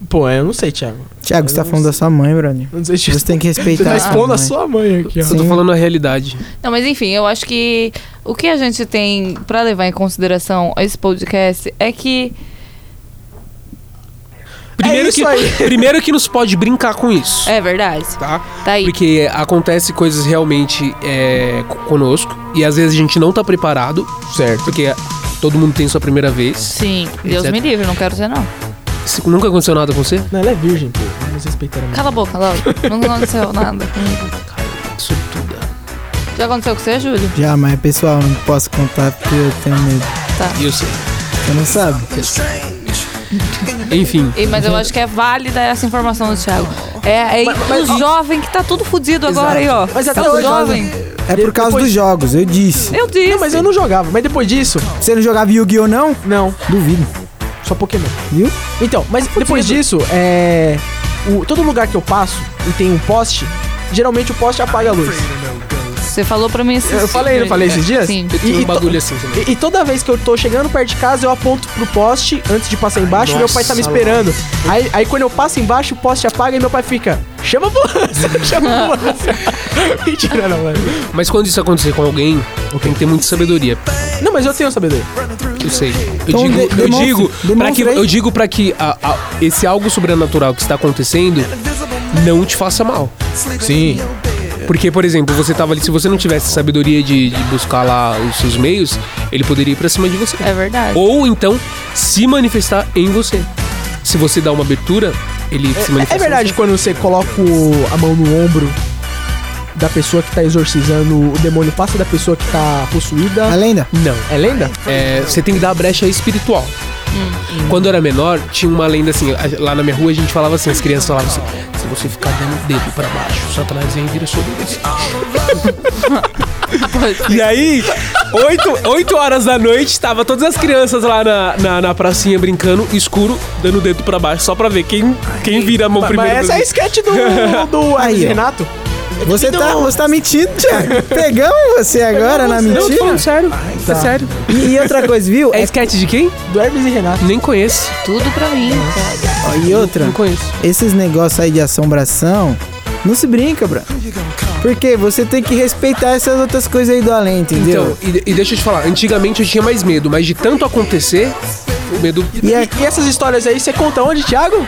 Speaker 1: Pô, eu não sei, Thiago.
Speaker 4: Tiago, você tá falando da sua mãe, brother.
Speaker 1: Eu Não sei, Thiago.
Speaker 4: Você tem que
Speaker 1: Você
Speaker 4: respeitar.
Speaker 1: tá
Speaker 4: a
Speaker 1: expondo a
Speaker 4: mãe.
Speaker 1: sua mãe aqui, ó.
Speaker 2: Eu tô
Speaker 4: Sim.
Speaker 2: falando a realidade.
Speaker 5: Não, mas enfim, eu acho que o que a gente tem pra levar em consideração esse podcast é que
Speaker 2: Primeiro,
Speaker 1: isso
Speaker 2: que,
Speaker 1: aí.
Speaker 2: primeiro que nos pode brincar com isso.
Speaker 5: é verdade.
Speaker 2: Tá?
Speaker 5: Tá aí.
Speaker 2: Porque acontece coisas realmente é, co- conosco. E às vezes a gente não tá preparado.
Speaker 1: Certo.
Speaker 2: Porque todo mundo tem sua primeira vez.
Speaker 5: Sim, Deus
Speaker 2: Exato.
Speaker 5: me livre, não quero ser não.
Speaker 2: Se- Nunca aconteceu nada com você?
Speaker 1: Não, ela é virgem, pô. Vamos respeitar a mãe.
Speaker 5: Cala a boca, Laura. Não
Speaker 2: *laughs*
Speaker 5: aconteceu nada comigo.
Speaker 2: Isso tudo.
Speaker 5: Já aconteceu com você, Júlio?
Speaker 4: Já, mas pessoal, não posso contar porque eu tenho medo.
Speaker 5: Tá.
Speaker 2: E eu sei.
Speaker 4: Você não sabe?
Speaker 2: Enfim.
Speaker 5: E- mas eu acho que é válida essa informação do Thiago. É, é o jovem que tá tudo fudido agora aí, ó.
Speaker 1: Mas até
Speaker 5: tá
Speaker 1: hoje,
Speaker 5: jovem.
Speaker 4: É por causa
Speaker 1: Depois-
Speaker 4: dos jogos, eu disse.
Speaker 5: Eu disse.
Speaker 1: Não, mas eu não jogava. Mas depois disso,
Speaker 4: Você não jogava Yu-Gi-Oh, não?
Speaker 1: não.
Speaker 4: Duvido,
Speaker 1: Só Pokémon.
Speaker 4: viu?
Speaker 1: Então, mas depois disso, é. o- todo lugar que eu passo e tem um poste, geralmente o poste apaga a luz.
Speaker 5: Você falou pra mim esses
Speaker 1: Eu falei, não falei esses dias?
Speaker 5: Sim.
Speaker 2: Eu tinha
Speaker 1: E- e
Speaker 2: um
Speaker 1: to-
Speaker 2: bagulho assim também.
Speaker 1: E, e toda vez que eu tô chegando perto de casa, eu aponto pro poste antes de passar embaixo e meu pai tá me esperando. Aí, aí quando eu passo embaixo, o poste apaga e meu pai fica: chama a ambulância, *laughs* chama a
Speaker 4: *laughs*
Speaker 1: ambulância. Mentira, não, mano.
Speaker 2: Mas quando isso acontecer com alguém, tem que ter muita sabedoria.
Speaker 1: Não, mas eu tenho sabedoria.
Speaker 2: Eu sei. Eu
Speaker 4: Então,
Speaker 2: digo,
Speaker 4: de-
Speaker 2: eu
Speaker 4: demonstre-
Speaker 2: digo para que
Speaker 4: demonstre aí.
Speaker 2: eu digo para que a- a- esse algo sobrenatural que está acontecendo não te faça mal.
Speaker 1: Sim.
Speaker 2: Porque, por exemplo, você tava ali, se você não tivesse sabedoria de, de buscar lá os seus meios, ele poderia ir pra cima de você.
Speaker 5: É verdade.
Speaker 2: Ou então se manifestar em você. Se você dá uma abertura, ele se manifesta.
Speaker 1: É
Speaker 2: em
Speaker 1: verdade
Speaker 2: você.
Speaker 1: quando você coloca o- a mão no ombro da pessoa que tá exorcizando o demônio, passa da pessoa que tá
Speaker 4: A
Speaker 1: possuída.
Speaker 4: lenda?
Speaker 2: Não.
Speaker 1: É lenda?
Speaker 2: É, você tem que dar a brecha espiritual. Quando eu era menor, tinha uma lenda assim, a- lá na minha rua a gente falava assim, as crianças falavam assim, se você ficar dando o dedo pra baixo, Satanás vem e vira sobre você. E aí, 8, horas da noite, tava todas as crianças lá na, na, na pracinha brincando, escuro, dando o dedo pra baixo, só pra ver quem, quem vira a mão
Speaker 1: Mas
Speaker 2: primeiro.
Speaker 1: essa é a sketch
Speaker 2: *laughs*
Speaker 1: do, do
Speaker 4: Aí, ó.
Speaker 1: Renato.
Speaker 4: Você tá, você tá mentindo, Thiago. Pegamos você agora na
Speaker 2: Não, eu tô falando
Speaker 4: mentira?
Speaker 2: sério. É sério.
Speaker 4: E, e outra coisa, viu?
Speaker 2: É sketch de quem?
Speaker 1: Do Hermes e Renato.
Speaker 2: Nem conheço.
Speaker 5: Tudo pra mim. cara.
Speaker 4: Ó, e outra,
Speaker 2: Não conheço.
Speaker 4: esses negócios aí de assombração, não se brinca, bro. Porque você tem que respeitar essas outras coisas aí do além, entendeu?
Speaker 2: Então, e, e deixa eu te falar, antigamente eu tinha mais medo, mas de tanto acontecer, o medo.
Speaker 1: E, é- e essas histórias aí, você conta onde, Thiago?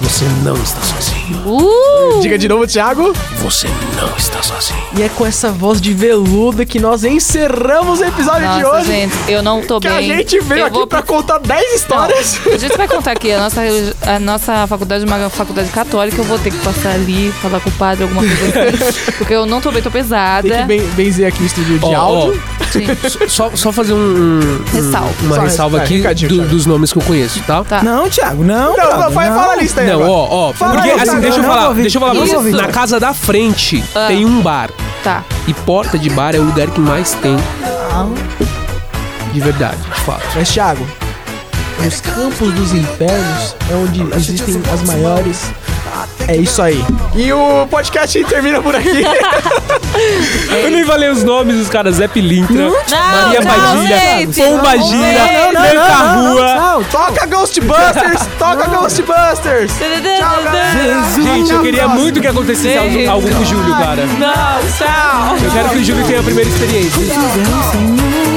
Speaker 2: Você não está sozinho.
Speaker 5: Uh!
Speaker 1: Diga de novo, Thiago.
Speaker 2: Você não está sozinho.
Speaker 1: E é com essa voz de veludo que nós encerramos o episódio de
Speaker 5: Nossa,
Speaker 1: hoje.
Speaker 5: gente, eu não tô
Speaker 1: que
Speaker 5: bem.
Speaker 1: a gente veio
Speaker 5: eu
Speaker 1: aqui
Speaker 5: vou
Speaker 1: pra contar 10 histórias.
Speaker 5: A gente vai contar aqui, a nossa, religi- a nossa faculdade é uma faculdade católica, eu vou ter que passar ali, falar com o padre, alguma
Speaker 1: *laughs*
Speaker 5: coisa assim. Porque eu não tô bem, tô pesada.
Speaker 1: Tem que ben- benzer aqui o estúdio de
Speaker 2: Ó,
Speaker 1: áudio.
Speaker 5: Sim.
Speaker 2: ó, só, só fazer um- um.
Speaker 5: Ressalva.
Speaker 2: Uma
Speaker 1: Só
Speaker 2: ressalva
Speaker 1: res- é,
Speaker 2: aqui
Speaker 1: recadinho,
Speaker 2: do-
Speaker 1: Thiago.
Speaker 2: dos nomes que eu conheço, tá?
Speaker 5: Tá.
Speaker 4: Não, Thiago, não.
Speaker 1: Não,
Speaker 4: brother,
Speaker 1: não, vai, fala a lista aí.
Speaker 2: Não,
Speaker 1: agora.
Speaker 2: ó, ó.
Speaker 1: Fala
Speaker 2: Porque
Speaker 1: aí,
Speaker 2: assim,
Speaker 1: Thiago.
Speaker 2: deixa eu
Speaker 4: não,
Speaker 2: falar.
Speaker 4: não, Vitor,
Speaker 2: Deixa eu falar pra
Speaker 4: não,
Speaker 2: você.
Speaker 4: Vitor.
Speaker 2: Na casa da frente
Speaker 5: Ah.
Speaker 2: tem um bar.
Speaker 5: Tá.
Speaker 2: E porta de bar é o lugar que mais tem. De verdade, de fato.
Speaker 1: Mas, Thiago, os campos dos infernos é onde existem as maiores. É isso aí. E o podcast termina por *laughs* aqui.
Speaker 5: É.
Speaker 2: Eu nem falei os nomes dos caras, Zé Pilintra, Maria
Speaker 5: tchau,
Speaker 2: Padilha,
Speaker 5: gente.
Speaker 2: Pomba
Speaker 5: Não,
Speaker 2: Gira,
Speaker 5: não, não,
Speaker 2: Branca Rua.
Speaker 1: Tchau, toca Ghostbusters! Toca Ghostbusters! Tchau, galera!
Speaker 2: Gente,
Speaker 1: Até
Speaker 2: eu
Speaker 1: a
Speaker 2: queria
Speaker 1: próxima.
Speaker 2: muito que acontecesse algo, algo com o Júlio, cara.
Speaker 5: Não, tchau.
Speaker 2: Eu quero que o Júlio tenha a primeira experiência.
Speaker 4: Não, Senhor.